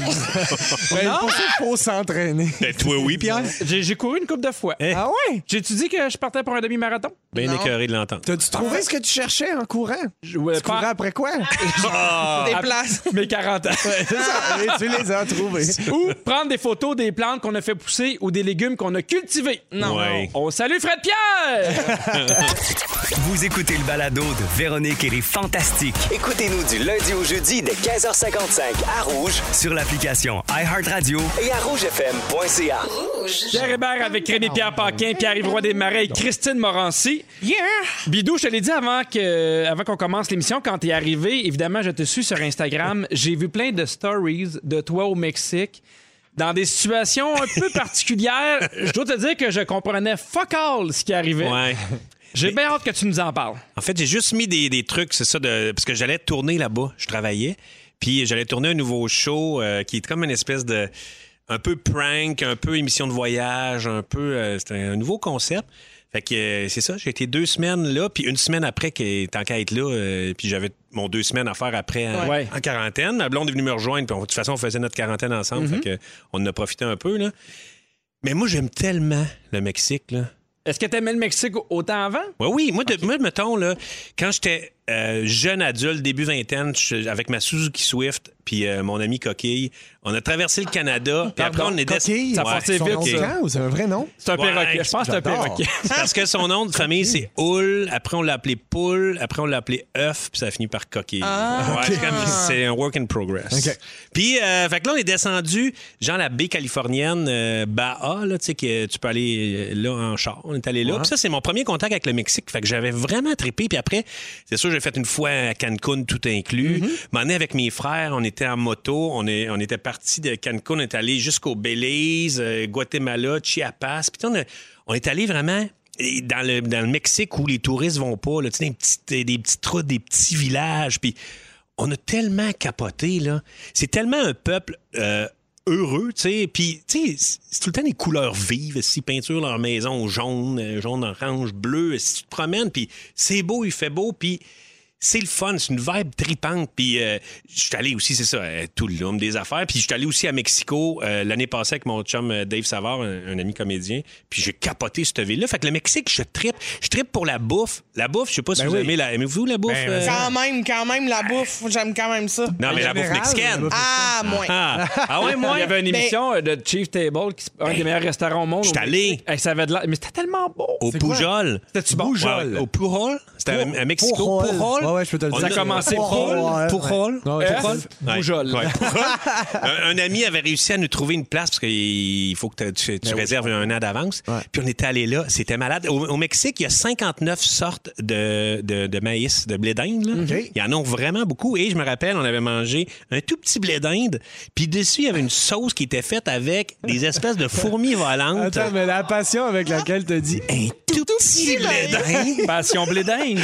Ben, pour ça, faut s'entraîner.
Ben, toi, oui, Pierre.
J'ai j'ai couru une couple de fois.
Eh.
Ah ouais?
J'ai-tu dit que je partais pour un demi-marathon?
Bien
Non.
écœuré de l'entendre.
T'as-tu trouvé ce que tu cherchais en courant?
Je- ouais,
tu courais
par-
après quoi?
Des places.
Mes 40 ans.
C'est ça. Et tu les as trouvés.
ou prendre des photos des plantes qu'on a fait pousser ou des légumes qu'on a cultivés. Non.
Ouais.
On salue Fred Pierre!
Vous écoutez le balado de Véronique et les Fantastiques
Écoutez-nous du lundi au jeudi de 15h55 à Rouge
sur l'application iHeartRadio.
et à rougefm.ca.
Pierre Hébert avec Rémi Pierre Paquin, Pierre Ivroy Desmarais et Christine Morancy.
Yeah!
Bidou, je te l'ai dit avant que, avant qu'on commence l'émission, quand t'es arrivé, évidemment, je te suis sur Instagram. J'ai vu plein de stories de toi au Mexique. Dans des situations un peu particulières, je dois te dire que je comprenais fuck all ce qui arrivait.
Ouais.
J'ai bien hâte que tu nous en parles.
En fait, j'ai juste mis des, des trucs, c'est ça, de, parce que j'allais tourner là-bas. Je travaillais. Puis j'allais tourner un nouveau show euh, qui est comme une espèce de. Un peu prank, un peu émission de voyage, un peu. euh, C'était un nouveau concept. Fait que euh, c'est ça, j'ai été deux semaines là, puis une semaine après, que- tant qu'à être là, euh, puis j'avais mon deux semaines à faire après euh,
Ouais.
en quarantaine. Ma blonde est venue me rejoindre, puis on- de toute façon, on faisait notre quarantaine ensemble, fait que on en a profité un peu, là. Mais moi, j'aime tellement le Mexique, là.
Est-ce que t'aimais le Mexique autant avant?
Ouais, oui, moi, de, moi, mettons, là, quand j'étais euh, jeune adulte, début vingtaine, je- avec ma Suzuki Swift, puis euh, mon ami Coquille, on a traversé le Canada. puis après, on est des-
Coquille?
Ça passait
Son
vite,
nom
ok.
de camp, ou c'est un vrai nom?
C'est un
Ouais,
perroquet. Je pense que c'est un
j'adore.
perroquet.
Parce que son nom de famille, c'est Hull. Après, on l'a appelé Poule. Après, on l'a appelé œuf. Puis ça a fini par coquille. Ouais, c'est comme- c'est un work in progress.
OK.
Puis, euh, fait que là, on est descendu, genre la baie californienne, euh, Baja, là, tu sais, que tu peux aller euh, là en char. On est allé là. Puis ça, c'est mon premier contact avec le Mexique. Fait que j'avais vraiment trippé. Puis après, c'est sûr, je l'ai fait une fois à Cancun, tout inclus. M'en ai avec mes frères, on était en moto, on, est, on était parti de Cancun, on est allé jusqu'au Belize, euh, Guatemala, Chiapas. Puis on, a- on est allé vraiment et dans le, dans le Mexique où les touristes vont pas, là, tu sais, des petites, des petites routes, des petits villages. Puis on a tellement capoté, là. C'est tellement un peuple euh, heureux, tu sais. Puis, tu sais, c'est- c'est tout le temps des couleurs vives. Si peinture leur maison jaune, euh, jaune, orange, bleu, si tu te promènes, puis c'est beau, il fait beau, puis c'est le fun, c'est une vibe tripante. Puis euh, je suis allé aussi, c'est ça, euh, tout le long des affaires. Puis je suis allé aussi à Mexico euh, l'année passée avec mon chum euh, Dave Savard, un, un ami comédien. Puis j'ai capoté cette ville-là. Fait que le Mexique, je tripe. Je tripe pour la bouffe. La bouffe, je sais pas si
Ben
vous
oui.
aimez la... Aimez-vous la bouffe?
Ben,
euh?
Quand même, quand même, la bouffe, j'aime quand même ça.
Non, mais la bouffe
général, la
mexicaine.
bouffe-
Ah, moins.
Ah, ah ouais, moi...
Il y avait une émission euh, de Chief Table, qui, un des meilleurs restaurants au monde.
J'étais allé.
Hey, ça avait de la- Mais c'était tellement beau.
Au
C'est quoi?
Pujol.
C'était-tu bon?
Ouais, au Pujol. C'était à à Mexico.
Pujol.
Pujol.
Ouais, ouais, je peux te le
On
dire.
a
commencé
Pujol.
Pujol.
Pujol.
Ouais,
F,
c'est ça.
Ouais.
Pujol.
Ouais, Pujol. un, un ami avait réussi à nous trouver une place parce qu'il faut que t'as- tu, tu réserves un an d'avance.
Ben Ouais.
Puis on était allé là. C'était malade. Au, au Mexique, il y a 59 sortes de, de, de maïs, de blé d'Inde. là.
OK.
Il y en a vraiment beaucoup. Et je me rappelle, on avait mangé un tout petit blé d'Inde. Puis dessus, il y avait une sauce qui était faite avec des espèces de fourmis volantes.
Attends, mais la passion avec laquelle t'as dit
Un tout, petit blé d'Inde.
Passion blé d'Inde.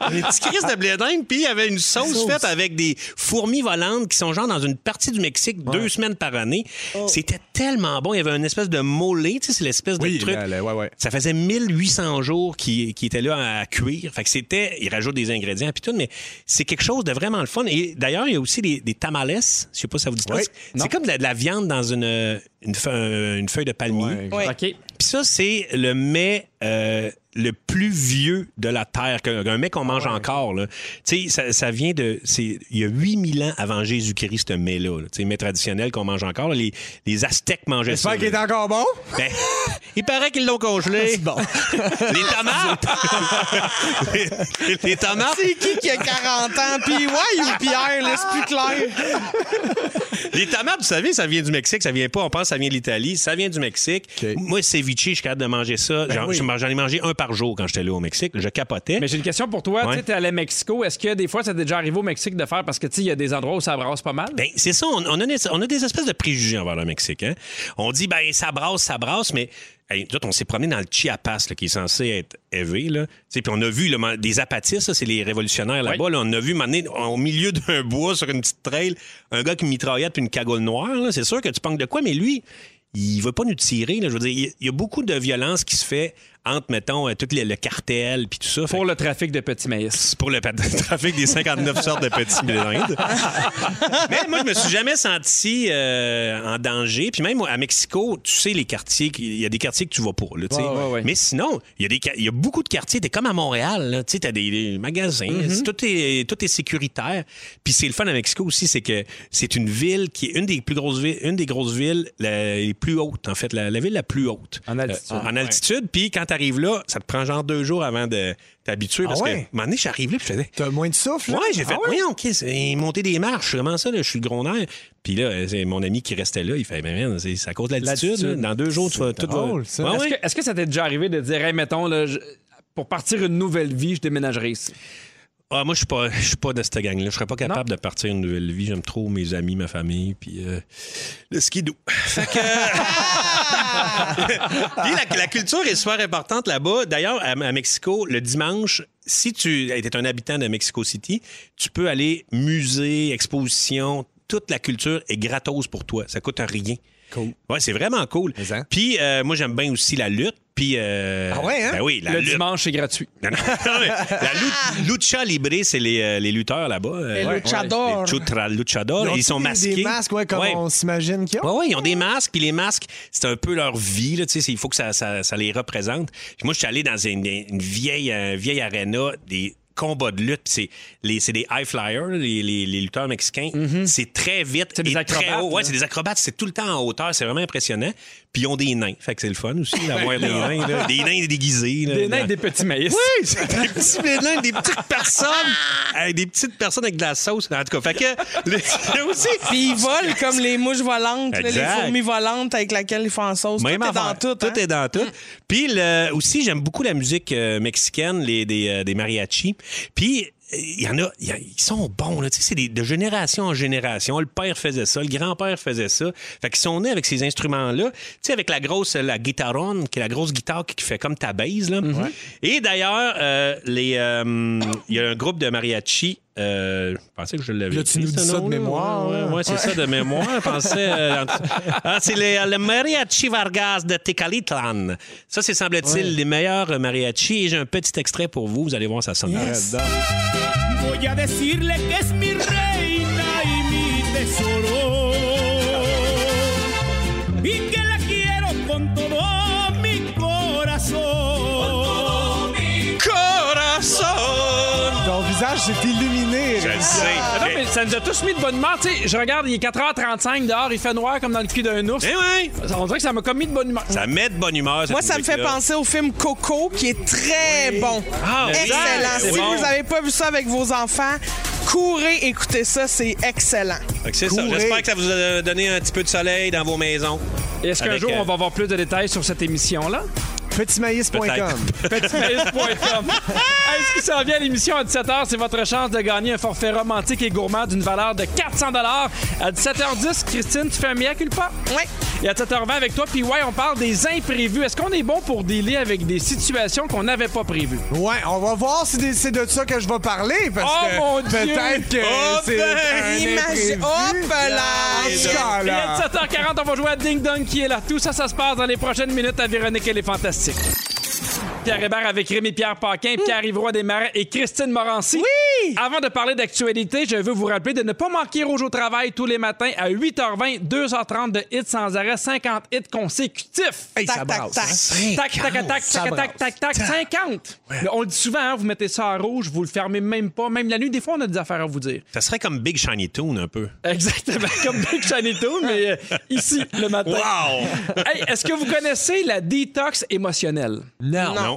Un petit crise de blé d'Inde, puis il y avait une sauce, faite avec des fourmis volantes qui sont genre dans une partie du Mexique deux semaines par année.
Oh.
C'était tellement bon. Il y avait une espèce de mole, tu sais, c'est l'espèce
Oui,
de truc.
la- la- ouais, ouais.
Ça faisait 1800 jours qui qui était là à cuire. Fait que c'était, il rajoute des ingrédients puis tout, mais c'est quelque chose de vraiment le fun. Et d'ailleurs, il y a aussi des, des tamales. Je sais pas si ça vous dit quoi.
Oui.
C'est- C'est comme de la, de la viande dans une, une, feu- une feuille de palmier.
Ouais.
OK.
Puis ça, c'est le mets euh, le plus vieux de la Terre, qu'un un mets qu'on mange encore. là. Tu sais, ça, ça vient de... c'est- Il y a 8000 ans avant Jésus-Christ, ce mets-là. là. Tu sais, mets traditionnel qu'on mange encore. là. Les, les Aztèques mangeaient ça.
J'espère qu'il est
là.
encore bon.
Ben, Ah, il paraît qu'ils l'ont congelé.
Bon.
Les tomates! les, les tomates,
C'est qui qui a 40 ans? Puis ouais, ou Pierre, là, c'est plus clair.
Les tomates, vous savez, ça vient du Mexique, ça vient pas, on pense que ça vient de l'Italie, ça vient du Mexique.
OK.
Moi, ceviche, je suis capable de manger ça. J'en
oui.
j'en ai mangé un par jour quand j'étais là au Mexique. Je capotais.
Mais j'ai une question pour toi.
Ouais.
Tu sais, t'es allé à Mexico. Est-ce que des fois, ça t'est déjà arrivé au Mexique de faire parce que, tu sais, il y a des endroits où ça brasse pas mal?
Ben, c'est ça, on, on a, des- on a des espèces de préjugés envers le Mexique. hein. On dit, ben, ça brasse, ça brasse, mais hey, nous autres, on s'est promené dans le Chiapas, là, qui est censé être élevé. là. Tu sais, Puis on a vu le man- des apatistes, là, c'est les révolutionnaires là-bas. là. on a vu, un moment donné, au milieu d'un bois, sur une petite trail, un gars qui mitraillait puis une cagole noire. là. C'est sûr que tu penses de quoi, mais lui, il veut pas nous tirer. là. Je veux dire, il il y a beaucoup de violence qui se fait entre, mettons, euh, tout le, le cartel puis tout ça. Fait
Pour le trafic de petits maïs.
c'est pour le pat- trafic des 59 sortes de petits blindes. Mais moi, je me suis jamais senti euh, en danger. Puis même à Mexico, tu sais les quartiers, qui- il y a des quartiers que tu vas pour. Là, tu sais.
Ouais, ouais, ouais.
Mais sinon, il y, a des qua- il y a beaucoup de quartiers. T'es comme à Montréal. là. Tu sais, t'as des, des magasins. C'est- tout, est, tout est sécuritaire. Puis c'est le fun à Mexico aussi, c'est que c'est une ville qui est une des plus grosses villes, une des grosses villes la- les plus hautes, en fait. La, la ville la plus haute.
En altitude.
Euh, en altitude. Puis quand t'arrives là, ça te prend genre deux jours avant de t'habituer.
Ah
parce que
ouais?
un moment donné, j'arrive là, puis je faisais.
T'as moins de souffle?
Ouais,
là?
j'ai fait.
Ah ouais?
Voyons, OK, c'est monter des marches. Comment ça, là, je suis le grondaire. Puis là, euh, c'est mon ami qui restait là. Il fait, mais man, c'est c'est à cause de l'altitude.
L'altitude.
là. Dans deux jours, tu vas tout va-
drôle, ça.
Ouais,
Est-ce
ouais.
que, est-ce que ça t'est déjà arrivé de dire, hey, mettons, là, je- pour partir une nouvelle vie, je déménagerai ici?
Ah, moi, je suis pas, je suis pas de cette gang-là. Je serais pas capable de partir une nouvelle vie. J'aime trop mes amis, ma famille, puis euh, le skidoo. Fait que... puis la, la culture est super importante là-bas. D'ailleurs, à, à Mexico, le dimanche, si tu es un habitant de Mexico City, tu peux aller musée, exposition, toute la culture est gratos pour toi. Ça coûte rien.
Cool.
Ouais, c'est vraiment cool.
Mais, hein?
Puis euh, moi, j'aime bien aussi la lutte. Puis, euh,
Ah ouais, hein?
ben oui, la
le
lutte. Ben,
dimanche, c'est gratuit.
Non, non, non, mais la lu- lucha libre, c'est les, euh, les lutteurs là-bas. euh,
Les
ouais.
luchadors.
Les chutra- luchadors.
Ils ont
Ils, sont
tous des-
masqués.
Des masques, ouais, comme
Ouais.
on s'imagine qu'ils ont.
Ouais, ouais, ils ont des masques, puis les masques, c'est un peu leur vie, là, tu sais, c'est- il faut que ça, ça- ça les représente. Puis moi, je suis allé dans une, une vieille, euh, vieille arena des combats de lutte, puis c'est les- c'est des high flyers, là, les, les- les lutteurs mexicains. C'est très vite
Mm-hmm. C'est des
et très
acrobates,
haut. Ouais,
là.
c'est des acrobates, c'est tout le temps en hauteur, c'est vraiment impressionnant. Puis ils ont des nains. Fait que c'est le fun aussi d'avoir des nains. là. Des nains déguisés. là.
Des nains et des petits maïs.
Oui, c'est des petits nains, des petites personnes. Hey, des petites personnes avec de la sauce. En tout cas, fait que. le- il y a aussi.
Puis ils volent comme les mouches volantes, là, les
Ah, Exact.
fourmis volantes avec laquelle ils font en sauce.
Même
tout est dans
affaire.
tout. hein?
est dans tout. Puis le- aussi, j'aime beaucoup la musique euh, mexicaine, les, des, euh, des mariachis. Puis euh, il y en a, il y a- ils sont bons. Là. Tu sais, C'est des- de génération en génération. Le père faisait ça, le grand-père faisait ça. Fait qu'ils sont nés avec ces instruments-là. Tu sais, avec la grosse, la guitarone, qui est la grosse guitare qui fait comme ta base. Là.
Mm-hmm.
Et d'ailleurs, euh, les, euh, il y a un groupe de mariachi. euh, je pensais que je l'avais
Là, tu nous
ce
dis ça de
nom-là.
mémoire,
Ouais, ouais,
hein?
ouais, c'est ça de mémoire. Je pensais. euh, en- Ah, c'est les- le mariachi Vargas de Tecalitlan. Ça, c'est semble-t-il les meilleurs euh, mariachis. Et j'ai un petit extrait pour vous. Vous allez voir, ça sonne.
Arrête donc.
Voy a decirle que es mi reina y mi tesoro. Y que la quiero con todo mi corazón.
Ton visage s'est illuminé.
Je le sais.
Ah non, mais ça nous a tous mis de bonne humeur. Tu sais, je regarde, il est 4h35 dehors, il fait noir comme dans le cul d'un ours.
Eh ouais!
On dirait que ça m'a commis de bonne humeur.
Ça met de bonne humeur. cette
Moi, ça me fait
musique-là.
penser au film Coco, qui est très bon.
Ah, oui.
excellent.
C'est
Si
bon.
vous n'avez pas vu ça avec vos enfants, courez écoutez ça, c'est excellent.
Fait que C'est ça.
Courez.
J'espère que ça vous a donné un petit peu de soleil dans vos maisons.
Est-ce qu'un
Avec,
jour,
euh,
on va avoir plus de détails sur cette émission-là?
Petitmaïs.com.
Petitmaïs.com. Hey, ce qui s'en vient à l'émission à 17h, c'est votre chance de gagner un forfait romantique et gourmand d'une valeur de 400 À 17h10, Christine, tu fais un mea culpa?
Oui.
Et à 7h20 avec toi, puis ouais, on parle des imprévus. Est-ce qu'on est bon pour dealer avec des situations qu'on n'avait pas prévues?
Ouais, on va voir si des- c'est de ça que je vais parler parce
Oh,
que
mon Dieu!
peut-être que
Oh,
c'est
ben,
un
imagine-
imprévu.
Hop là!
En tout cas,
Et à
là.
17h40, on va jouer à Ding Dong qui est là. Tout ça, ça se passe dans les prochaines minutes à Véronique et les Fantastiques. Pierre Hébert avec Rémi-Pierre Paquin, Pierre Ivroy Desmarais et Christine Morancy. Oui! Avant de parler d'actualité, je veux vous rappeler de ne pas manquer Rouge au travail tous les matins à 8h20, 2h30 de hits sans arrêt, 50 hits consécutifs.
Hey, ça
Tac, tac,
brasse,
tac.
hein?
Tac, tac, tac, tac,
Ça
tac, tac, tac, tac, 50! Mais On le dit souvent, hein, vous mettez ça en rouge, vous le fermez même pas, même la nuit, des fois, on a des affaires à vous dire.
Ça serait comme Big Shiny Tune un peu.
Exactement, comme Big Shiny Toon, mais euh, ici, le matin.
Wow!
Hey, Est-ce que vous connaissez la détox émotionnelle?
Non.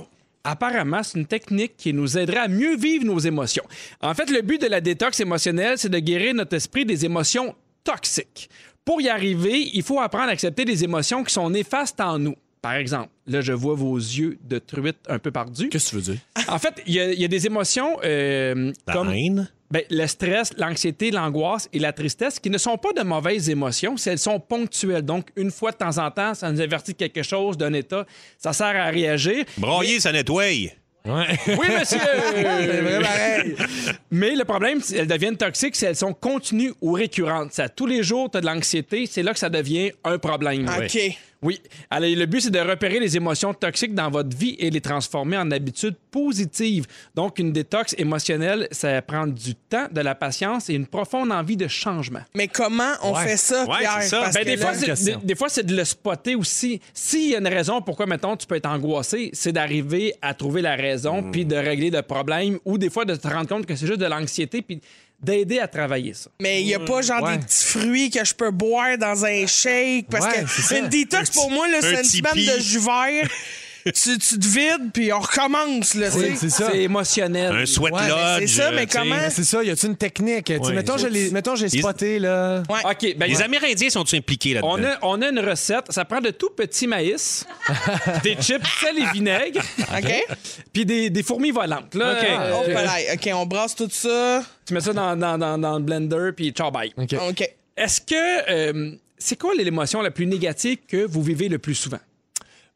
Apparemment, c'est une technique qui nous aidera à mieux vivre nos émotions. En fait, le but de la détox émotionnelle, c'est de guérir notre esprit des émotions toxiques. Pour y arriver, il faut apprendre à accepter des émotions qui sont néfastes en nous. Par exemple, là, je vois vos yeux de truite un peu perdus.
Qu'est-ce que tu veux dire?
En fait, il y, a- il y a des émotions euh,
La
comme
haine.
ben, le stress, l'anxiété, l'angoisse et la tristesse qui ne sont pas de mauvaises émotions, c'est- elles sont ponctuelles. Donc, une fois de temps en temps, ça nous avertit de quelque chose, d'un état, ça sert à réagir.
Broyer, ça nettoie.
Oui, monsieur!
C'est vrai pareil.
Mais le problème, c'est qu'elles deviennent toxiques si elles sont continues ou récurrentes. Ça, tous les jours, tu as de l'anxiété, c'est là que ça devient un problème.
OK.
Oui. Alors, le but, c'est de repérer les émotions toxiques dans votre vie et les transformer en habitudes positives. Donc, une détox émotionnelle, ça prend du temps, de la patience et une profonde envie de changement.
Mais comment on
Ouais.
fait ça,
Ouais,
Pierre?
c'est ça.
Parce
Ben,
que
des,
là-
fois,
bonne
c'est,
question.
des, des fois, c'est de le spotter aussi. S'il y a une raison pourquoi, mettons, tu peux être angoissé, c'est d'arriver à trouver la raison
Hmm.
puis de régler le problème ou des fois de te rendre compte que c'est juste de l'anxiété puis d'aider à travailler ça.
Mais il n'y a pas genre
Ouais.
des petits fruits que je peux boire dans un shake. Parce
Ouais, c'est
que
ça.
une détox, pour moi, là, c'est une
petit
semaine
pis.
de jus vert. tu, tu te vides, puis on recommence. Là, tu sais.
C'est ça.
C'est émotionnel.
Un sweat
Ouais, mais
lodge.
c'est ça, mais
euh, tu sais.
comment-
C'est ça, y a-tu une technique? Tu sais,
Ouais.
mettons, je l'ai- mettons, j'ai
Ils-
spoté, là.
Ouais.
OK. ben,
Les Amérindiens sont impliqués là-dedans?
on, a, on a une recette. Ça prend de tout petits maïs, des chips, sel et vinaigre,
OK?
puis des, des fourmis volantes. Là,
Oh,
Euh,
palais. OK, on brasse tout ça.
tu mets ça dans, dans, dans, dans le blender, puis ciao, bye.
OK.
Est-ce que... euh, c'est quoi l'émotion la plus négative que vous vivez le plus souvent?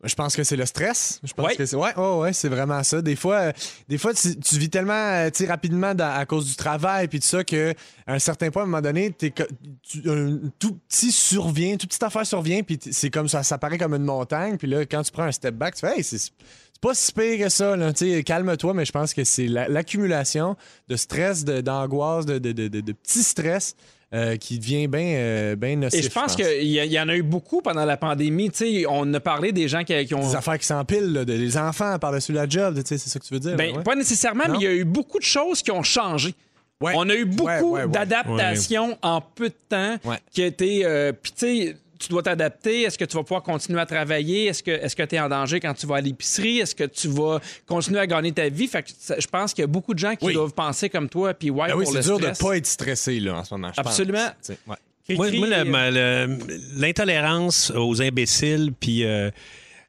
Je pense que c'est le stress. Je pense
Ouais.
que c'est ouais, oh ouais, c'est vraiment ça. Des fois, euh, des fois tu, tu vis tellement euh, tu sais, rapidement dans- à cause du travail puis tout ça que à un certain point à un moment donné, t'es co- tu- un tout petit survient, toute petite affaire survient puis t- c'est comme ça ça paraît comme une montagne puis là quand tu prends un step back, tu fais hey, c'est c'est pas si pire que ça là, tu sais, calme-toi mais je pense que c'est la- l'accumulation de stress, de- d'angoisse, de, de, de, de- de petits stress euh, qui devient bien euh, bien nocif.
Et je pense qu'il y, a- il y en a eu beaucoup pendant la pandémie. Tu sais, on a parlé des gens qui, qui ont.
des affaires qui s'empilent, là, de- des enfants par-dessus la job, tu sais, c'est ça que tu veux dire?
Ben,
ouais.
Pas nécessairement, mais il y a eu beaucoup de choses qui ont changé.
Ouais.
On a eu beaucoup
Ouais, ouais, ouais.
d'adaptations en peu de temps
Ouais.
qui a été. euh, Puis, tu sais, tu dois t'adapter? Est-ce que tu vas pouvoir continuer à travailler? Est-ce que est-ce que tu es en danger quand tu vas à l'épicerie? Est-ce que tu vas continuer à gagner ta vie? Fait que ça- je pense qu'il y a beaucoup de gens qui
Oui.
doivent penser comme toi, puis ouais,
Ben oui,
pour
c'est
le
dur
stress.
de pas être stressé là, en ce moment. je pense.
Absolument.
Tu sais, ouais.
Moi,
Cri-cri,
moi, la-
euh,
ma- le- l'intolérance aux imbéciles, puis euh,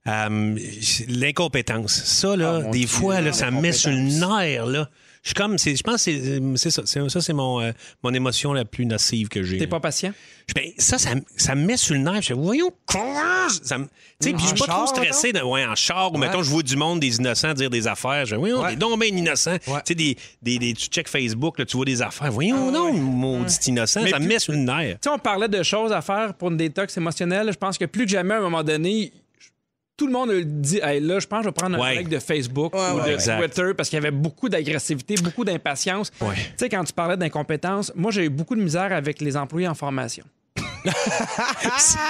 euh, l'incompétence, ça, là, des fois, là, ça me met sur le nerf, là. Je suis comme, c'est- je pense que c'est- c'est ça, c'est- ça c'est mon, euh, mon émotion la plus nocive que j'ai.
T'es pas patient?
Je- ben, ça, ça, me- ça me met sur le nerf. Je fais, voyons, quoi? Ça me- Tu sais, puis je suis
En
pas trop
char,
stressé. De, ouais, en char, ou mettons, je vois du monde, des innocents dire des affaires. Je fais, voyons,
Ouais.
des donc ben innocents.
Ouais.
Tu sais, des, des, des- tu check Facebook, là, tu vois des affaires. Voyons, non, maudit innocent,
Mais
ça me
puis-
met sur le nerf.
Tu sais, on parlait de choses à faire pour une détox émotionnelle. Je pense que plus que jamais, à un moment donné, je- tout le monde dit Hey, là, je pense que je vais prendre un
Ouais.
break de Facebook ou
ouais,
de
exact.
Twitter parce qu'il y avait beaucoup d'agressivité, beaucoup d'impatience.
Ouais.
Tu sais, quand tu parlais d'incompétence, moi, j'ai eu beaucoup de misère avec les employés en formation.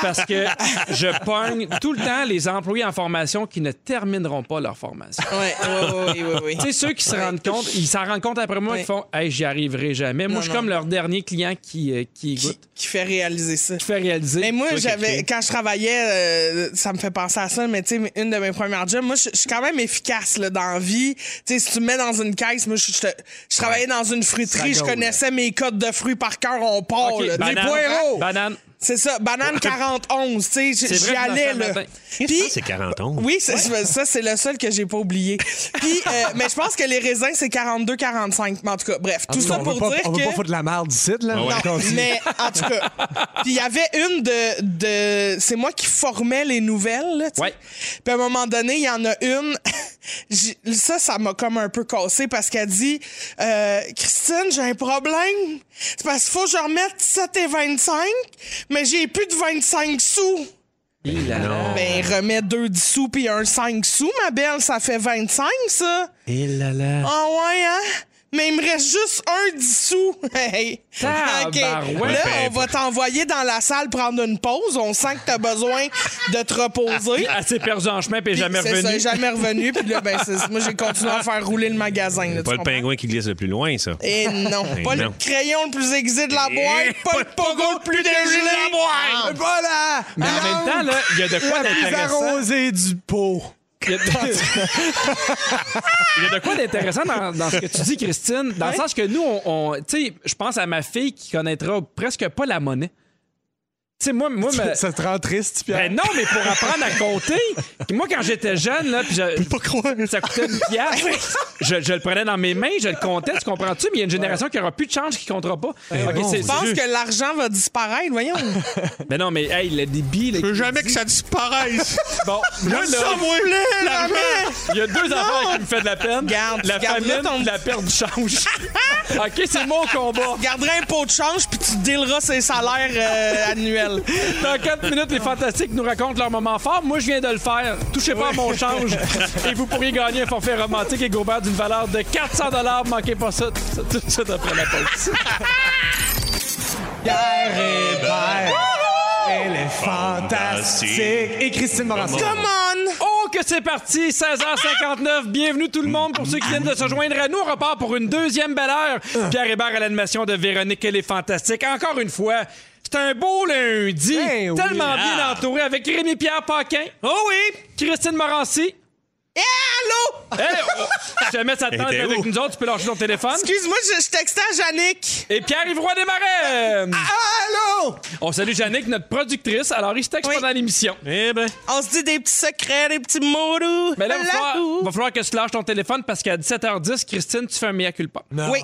parce que je pogne tout le temps les employés en formation qui ne termineront pas leur formation.
Ouais, oui, oui, oui, oui.
Tu sais, ceux qui se rendent compte, ils s'en rendent compte après moi,
Ouais.
ils font Hey, j'y arriverai jamais. Moi,
Non,
je suis
non.
comme leur dernier client qui, euh, qui
qui,
goûte.
qui fait réaliser ça.
Je fais réaliser.
Mais moi,
Toi,
j'avais
Catherine.
quand je travaillais, euh, ça me fait penser à ça, mais tu sais, une de mes premières jobs, moi, je je suis quand même efficace là, dans la vie. Tu sais, si tu me mets dans une caisse, moi, je je te- je travaillais dans une fruiterie, je connaissais mes codes de fruits par cœur, on part.
Ok,
là. Des
banane, Hein?
poireaux!
Banane.
C'est ça, banane 41, tu sais,
C'est
j-
vrai,
j'y
je m'en
allais,
sers le
là.
matin.
Puis, c'est 40 ans.
Oui, c'est- ça, c'est le seul que j'ai pas oublié. Puis, euh, mais je pense que les raisins, c'est 42-45. Mais en tout cas, bref,
Ah,
tout
En cas,
ça
Ah, on
pour
veut pas,
dire
on veut
que...
pas foutre de la merde d'ici, là.
Ah ouais.
Donc, on dit-
Mais en tout cas, puis il y avait une de, de c'est moi qui formais les nouvelles. là, tu sais.
Ouais.
Puis à un moment donné, il y en a une. j'ai- ça, ça m'a comme un peu cassé parce qu'elle dit euh, Christine, j'ai un problème. C'est parce qu'il faut que je remette 7 et 25, mais j'ai plus de 25 sous.
Il a-
Ben, remets 2 10 sous puis un 5 sous, ma belle, ça fait 25, ça.
Et là là.
Ah ouais, hein? Mais il me reste juste un dissous. Hey. OK.
Tabarouette.
Là, on va t'envoyer dans la salle prendre une pause. On sent que t'as besoin de te reposer.
Elle s'est perdue en chemin puis elle est Ah, jamais
C'est ça,
revenue.
jamais revenu. Puis là, ben, c'est- moi, j'ai continué à faire rouler le magasin. là, tu
Pas le
comprends?
pingouin qui glisse le plus loin, ça.
Et non,
Eh
pas le
non.
crayon le plus aiguisé de la boîte, pas le pogo le plus dégelé de la boîte.
Voilà!
Mais en même temps, là, il y a de quoi
Les
d'intéressant.
arrosés du pot.
Il y a de- Il y a de quoi d'intéressant dans, dans ce que tu dis, Christine, dans le sens que nous, on, on- tu sais, je pense à ma fille qui connaîtra presque pas la monnaie. Tu sais, moi, moi, ma-
Ça te rend triste, Pierre.
Ben non, mais pour apprendre à compter, moi quand j'étais jeune, là, puis je- ça coûtait une piastre, je, je le prenais dans mes mains, je le comptais, tu comprends-tu? Mais il y a une génération qui aura plus de change qui comptera pas. Ok, c'est-
Je pense que l'argent va disparaître, voyons.
Ben non, mais hey, le débit, là,
jamais que ça disparaisse.
bon, moi, là, il y a deux affaires qui me font de la peine.
Garde,
la
tu gardes là
famine
ton
et la perte du change. OK, c'est mon combat.
garderai un pot de change puis tu dealeras ses salaires euh, annuels.
Dans 4 minutes, les Fantastiques nous racontent leur moment fort. Moi, je viens de le faire. Touchez pas à mon change. Et vous pourriez gagner un forfait romantique et Gobert d'une valeur de 400 Manquez pas ça tout tout de suite après la pause.
Pierre Hébert, elle est fantastique. Et Christine Morancy.
Come on!
Oh, que c'est parti! 16h59. Bienvenue tout le monde. Pour ceux qui viennent de se joindre à nous, on repart pour une deuxième belle heure. Pierre Hébert à l'animation de Véronique et les Fantastiques. Encore une fois, c'est un beau lundi.
Ben oui.
Tellement bien entouré avec Rémi-Pierre Paquin. Oh oui! Christine Morancy.
Eh, Allô?
Hey, oh, si jamais ça te tente
Elle était
avec
où?
nous autres, tu peux lâcher ton téléphone.
Excuse-moi, je, je textais à Yannick.
Et Pierre-Yves Roy Desmarais.
Allô?
On salue Jannick, notre productrice. Alors, il se texte
Oui.
pendant l'émission.
Eh ben.
On se dit des petits secrets, des petits mots doux.
Mais Ben là, il va
Allô?
falloir, va falloir que tu lâches ton téléphone parce qu'à 17h10, Christine, tu fais un mea culpa.
Non.
Oui.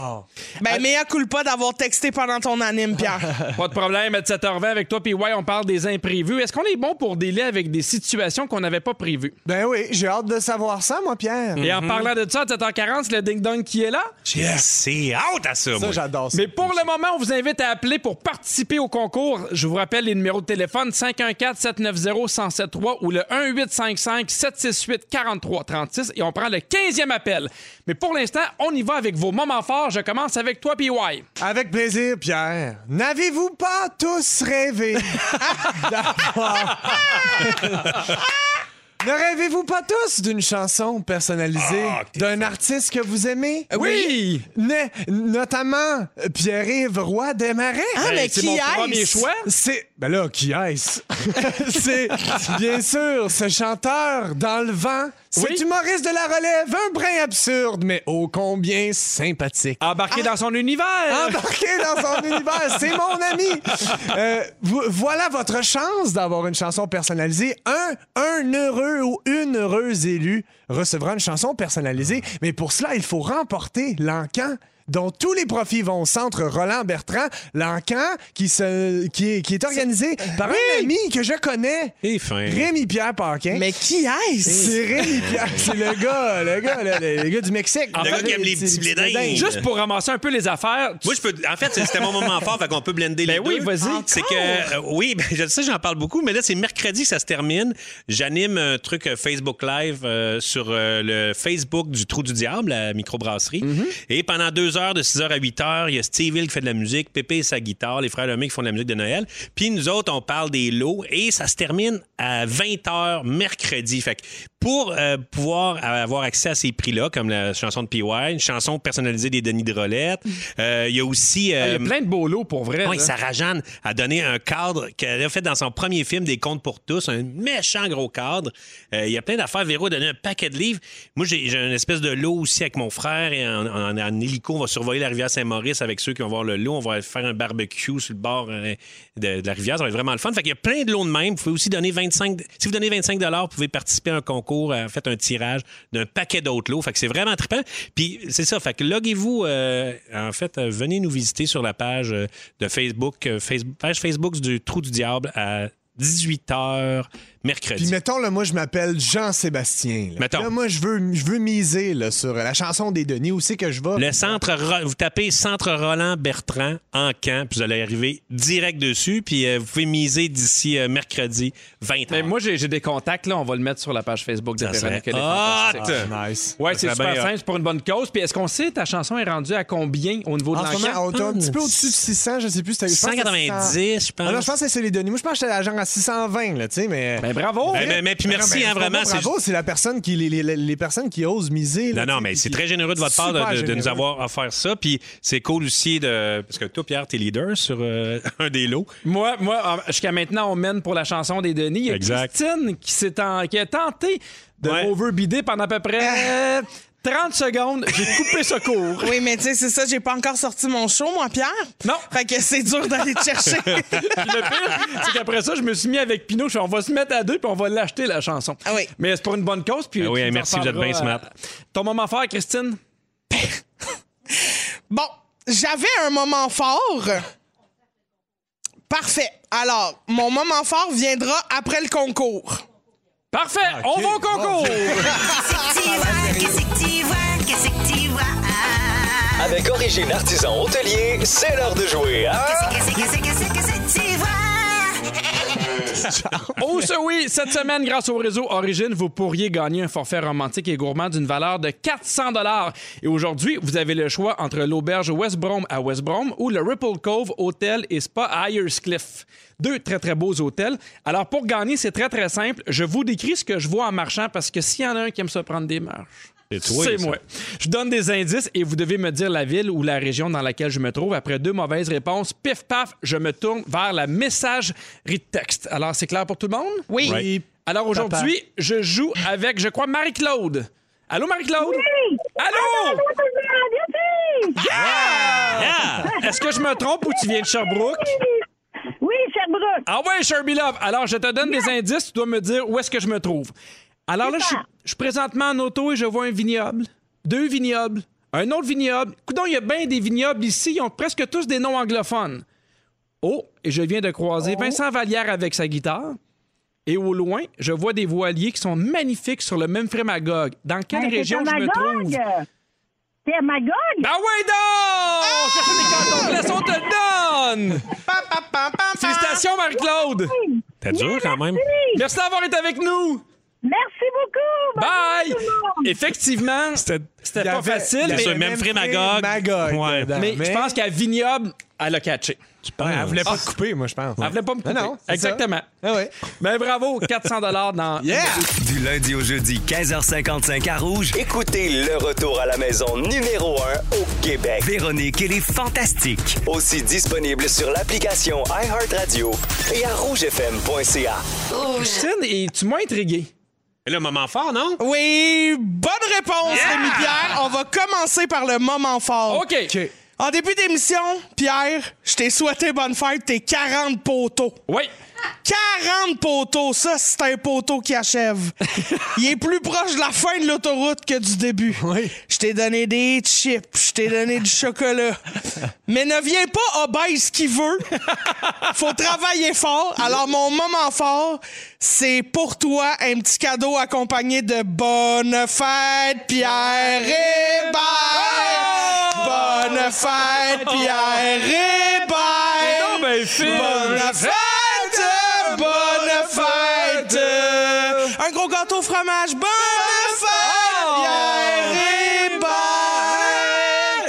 Ben, mea culpa d'avoir texté pendant ton anime, Pierre.
Pas de problème, à 17h20 avec toi, puis ouais, on parle des imprévus. Est-ce qu'on est bon pour délai avec des situations qu'on n'avait pas prévues?
Ben oui, j'ai hâte de savoir ça, moi, Pierre.
Et en parlant de ça, à 7h40, c'est le ding-dong qui est là.
C'est out à ça,
Ça,
moi.
j'adore ça.
Mais pour le moment, on vous invite à appeler pour participer au concours. Je vous rappelle les numéros de téléphone 514-790-1073 ou le 1855-768-4336 et on prend le 15e appel. Mais pour l'instant, on y va avec vos moments forts. Je commence avec toi, PY.
Avec plaisir, Pierre. N'avez-vous pas tous rêvé d'avoir Ne rêvez-vous pas tous d'une chanson personnalisée
Ah,
d'un artiste que vous aimez?
Euh, Oui!
Ne- notamment euh, Pierre-Yves Roy Desmarais.
Ah, mais
c'est
qui
mon
est-ce?
premier choix.
C'est. Ben là, qui est-ce? c'est, bien sûr, ce chanteur dans le vent. C'est
Oui.
humoriste de la relève, un brin absurde, mais ô combien sympathique.
Embarqué
Ah.
dans son univers.
ben,
Embarqué dans son univers, c'est mon ami. Euh, vo- voilà votre chance d'avoir une chanson personnalisée. Un, un heureux ou une heureuse élue recevra une chanson personnalisée, mais pour cela, il faut remporter l'encan dont tous les profits vont au centre Roland Bertrand, l'encan qui, se, qui, est, qui est organisé par un ami que je connais,
Et fin.
Rémi Pierre Paquin.
Mais qui est-ce?
C'est Rémi Pierre, c'est le gars, le gars, le, le gars du Mexique.
Le gars qui aime les petits blés d'Inde.
Juste pour ramasser un peu les affaires. tu-
Moi, je peux. En fait, c'était mon moment fort, fait qu'on peut blender les
Ben oui,
deux.
vas-y.
C'est que euh, oui, ben, je sais, j'en parle beaucoup, mais là, c'est mercredi que ça se termine. J'anime un truc euh, Facebook Live euh, sur euh, le Facebook du Trou du Diable, la microbrasserie.
Mm-hmm.
Et pendant deux heures, de 6 heures à 8 heures, il y a Steve Hill qui fait de la musique, Pépé et sa guitare, les frères Lemay qui font de la musique de Noël. Puis nous autres, on parle des lots et ça se termine à 20 heures mercredi. Fait que pour euh, pouvoir avoir accès à ces prix-là, comme la chanson de PY, une chanson personnalisée des Denis Drolet, euh, il y a aussi.
Mm. Ah, Il y
euh,
a plein de beaux lots pour vrai.
oui,
là.
Sarah Jeanne a donné un cadre qu'elle a fait dans son premier film, Des Contes pour tous, un méchant gros cadre. Euh, Il y a plein d'affaires. Véro a donné un paquet de livres. Moi, j'ai j'ai une espèce de lot aussi avec mon frère. Et en, en- en hélico, on va survoler la rivière Saint-Maurice avec ceux qui vont voir le lot. On va faire un barbecue sur le bord euh, de, de la rivière. Ça va être vraiment le fun. Fait qu'il y a plein de lots de même. Vous pouvez aussi donner 25... Si vous donnez 25 vous pouvez participer à un concours, à- en fait, un tirage d'un paquet d'autres lots. Fait que c'est vraiment trippant. Puis c'est ça. Fait que loguez-vous. euh, en fait, euh, venez nous visiter sur la page euh, de Facebook, euh, Face- page Facebook du Trou du Diable à 18h
Puis
mercredi.
mettons, là, moi, je m'appelle Jean-Sébastien. là.
Mettons.
Là, moi, je veux, je veux miser là, sur la chanson des Denis. Où c'est que je vais?
Le centre, Ro- vous tapez Centre Roland Bertrand en camp, puis vous allez arriver direct dessus, puis euh, vous pouvez miser d'ici euh, mercredi 20
Mais moi, j'ai j'ai des contacts, là. On va le mettre sur la page Facebook de
Ça serait
Véronique. Elle est
hot!
fantastique.
nice.
Ouais,
Ça
c'est
serait
super
bien hot.
simple, c'est pour une bonne cause. Puis est-ce qu'on sait ta chanson est rendue à combien au niveau de
En ce moment,
l'enquête?
on est un petit peu au-dessus de 600, je sais plus. c'était- je pense que c'était
190, je pense.
Ah non, je pense que c'est les Denis. Moi, je pense que j'étais à genre à 620, là, tu sais, mais...
Ben bravo!
Eh ben, mais puis
Mais Ah non,
merci,
mais
hein,
bravo,
vraiment. c'est-
Bravo, c'est la personne qui... Les, les- les personnes qui osent miser. là,
Non, non,
tu sais,
mais c'est
qui-
très généreux de votre part de-
Super
de, de nous
généreux.
avoir offert ça. Puis c'est cool aussi de. Parce que toi, Pierre, t'es leader sur euh, un des lots.
Moi, moi en- jusqu'à maintenant, on mène pour la chanson des Denis. Il y a
Exact.
Christine qui, s'est en- qui a tenté de
Ouais.
overbider pendant à peu
Ah.
près euh, 30 secondes. J'ai coupé ce cours.
Oui, mais tu sais, c'est ça, j'ai pas encore sorti mon show, moi, Pierre.
Non.
Fait que c'est dur d'aller te chercher.
Puis le pire, c'est qu'après ça, je me suis mis avec Pinot. Je suis dit, on va se mettre à deux puis on va l'acheter, la chanson.
Ah oui.
Mais c'est pour une bonne cause. Puis
Ah oui,
tu nous en
merci, vous êtes bien
parleras,
smart.
euh, Ton moment fort, Christine?
Bon, j'avais un moment fort. Parfait. Alors, mon moment fort viendra après le concours.
Parfait!
Ah,
On va au concours!
Avec Origine Artisan Hôtelier, c'est l'heure de jouer hein? à...
Oh, ça oui! Cette semaine, grâce au réseau Origine, vous pourriez gagner un forfait romantique et gourmand d'une valeur de 400 Et aujourd'hui, vous avez le choix entre l'auberge West Brom à West Brom ou le Ripple Cove Hotel et Spa à Cliff. Deux très, très beaux hôtels. Alors, pour gagner, c'est très, très simple. Je vous décris ce que je vois en marchant parce que s'il y en a un qui aime se prendre des marches,
C'est toi,
c'est
ça.
moi. Je donne des indices et vous devez me dire la ville ou la région dans laquelle je me trouve. Après deux mauvaises réponses, pif paf, je me tourne vers la messagerie de texte. Alors, c'est clair pour tout le monde?
Oui.
Right.
Alors aujourd'hui, je joue avec, je crois, Marie-Claude. Allô, Marie-Claude? Allô?
Ah!
Est-ce que je me trompe ou tu viens de Sherbrooke?
Oui, Sherbrooke.
Ah ouais, Sherby Love. Alors, je te donne des indices, tu dois me dire où est-ce que je me trouve. Alors là, je suis, je suis présentement en auto et je vois un vignoble, deux vignobles, un autre vignoble. Coudon, il y a bien des vignobles ici, ils ont presque tous des noms anglophones. Oh, et je viens de croiser Vincent Vallière avec sa guitare. Et au loin, je vois des voiliers qui sont magnifiques sur le même frémagogue. Dans quelle
Ben, c'est
région je me
Magog.
trouve?
C'est à Magog?
Ben ouais, donc! Cherchez des cantons de blesse, on te le donne!
Pam, pam, pam, pam, pam.
Félicitations, Marie-Claude!
T'as dur quand même.
Oui.
Merci d'avoir été avec nous!
Merci beaucoup. Bonne
Bye!
journée, tout le monde.
Effectivement, c'était
Il y
pas
avait-
facile.
il y
mais-
avait Memphrey Magog. Magog
Ouais.
dedans,
Mais
mais-
je pense qu'à Vignoble, elle a catché.
Elle voulait pas
Ah.
te couper, moi, je pense.
Elle voulait pas me couper.
Ah non, c'est ça. Ah
Exactement. Ah Mais bravo, 400 dans.
Du lundi au jeudi, 15h55 à Rouge.
Écoutez le retour à la maison numéro 1 au Québec.
Véronique et les Fantastiques.
Aussi disponible sur l'application iHeartRadio et à rougefm.ca.
Christine, et tu m'as intrigué.
Le moment fort, non?
Oui, bonne réponse, Rémi-Pierre. On va commencer par le moment fort.
OK.
En début d'émission, Pierre, je t'ai souhaité bonne fête, tes 40 poteaux.
Oui.
40 poteaux, ça, c'est un poteau qui achève. Il est plus proche de la fin de l'autoroute que du début. Oui. Je t'ai donné des chips, je t'ai donné du chocolat. Mais ne viens pas obèse qui veut. Faut travailler fort. Alors, mon moment fort, c'est pour toi un petit cadeau accompagné de Bonne fête, Pierre Hébert! Bonne fête, Pierre Hébert! Bonne fête! Bonne fête! Un gros gâteau au fromage! Bonne fête! Pierre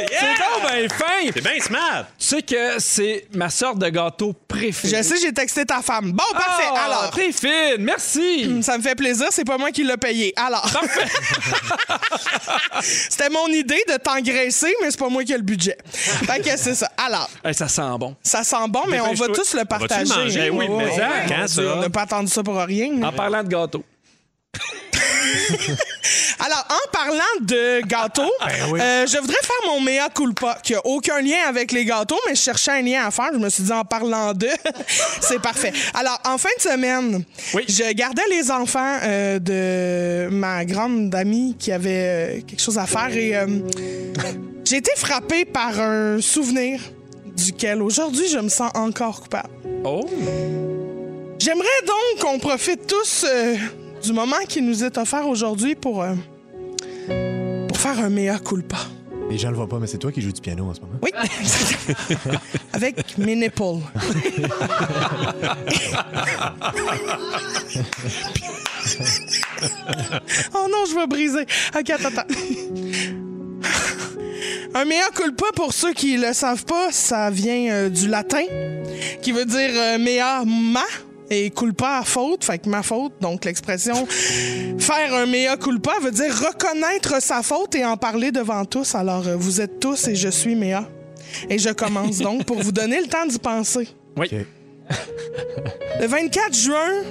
Hébert!
C'est donc bien fin!
C'est bien smart!
Tu sais que c'est ma sorte de gâteau préférée.
Je sais, j'ai texté ta femme. Bon, parfait.
Ah,
Alors,
T'es fine, merci!
Ça me fait plaisir, c'est pas moi qui l'ai payé. Alors. C'était mon idée de t'engraisser, mais c'est pas moi qui ai le budget. Fait que c'est ça. Alors,
Hey, ça sent bon.
ça sent bon, mais on va
Dépêche-toi.
tous le
va-tu le
partager.
manger? Ben oui, mais
Ouais,
ça,
ouais.
quand,
Mon Dieu,
ça?
On n'a pas attendu ça pour rien.
En parlant de gâteau.
Alors, en parlant de gâteaux,
Ben
euh, je voudrais faire mon mea culpa, qui n'a aucun lien avec les gâteaux, mais je cherchais un lien à faire. Je me suis dit, en parlant d'eux, c'est parfait. Alors, en fin de semaine,
Oui.
je gardais les enfants euh, de ma grande amie qui avait euh, quelque chose à faire et euh, j'ai été frappée par un souvenir duquel aujourd'hui je me sens encore coupable.
Oh!
J'aimerais donc qu'on profite tous euh, du moment qui nous est offert aujourd'hui pour, euh, pour faire un mea culpa.
Les gens le voient pas, mais c'est toi qui joues du piano en ce moment.
Oui. Avec mes nipples. oh non, je vais briser. OK, attends, attends. Un mea culpa, pour ceux qui le savent pas, ça vient euh, du latin, qui veut dire euh, mea ma et culpa faute, fait que ma faute, donc l'expression faire un mea culpa veut dire reconnaître sa faute et en parler devant tous. Alors euh, vous êtes tous et je suis mea. Et je commence donc pour vous donner le temps d'y penser.
Oui.
Ok.
Le 24 juin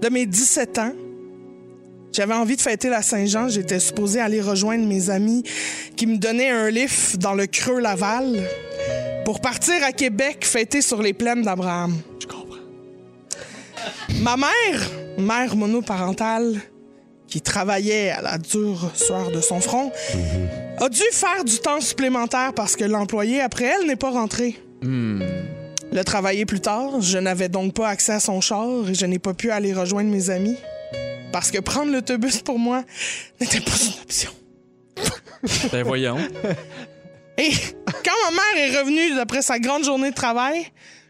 de mes 17 ans, j'avais envie de fêter la Saint-Jean. J'étais supposée aller rejoindre mes amis qui me donnaient un lift dans le Creux Laval pour partir à Québec fêter sur les plaines d'Abraham. Je comprends. Ma mère, mère monoparentale, qui travaillait à la dure sueur de son front, a dû faire du temps supplémentaire parce que l'employé après elle n'est pas rentré. Le travailler plus tard, je n'avais donc pas accès à son char et je n'ai pas pu aller rejoindre mes amis parce que prendre l'autobus pour moi n'était pas une option.
Ben voyons.
Et quand ma mère est revenue d'après sa grande journée de travail,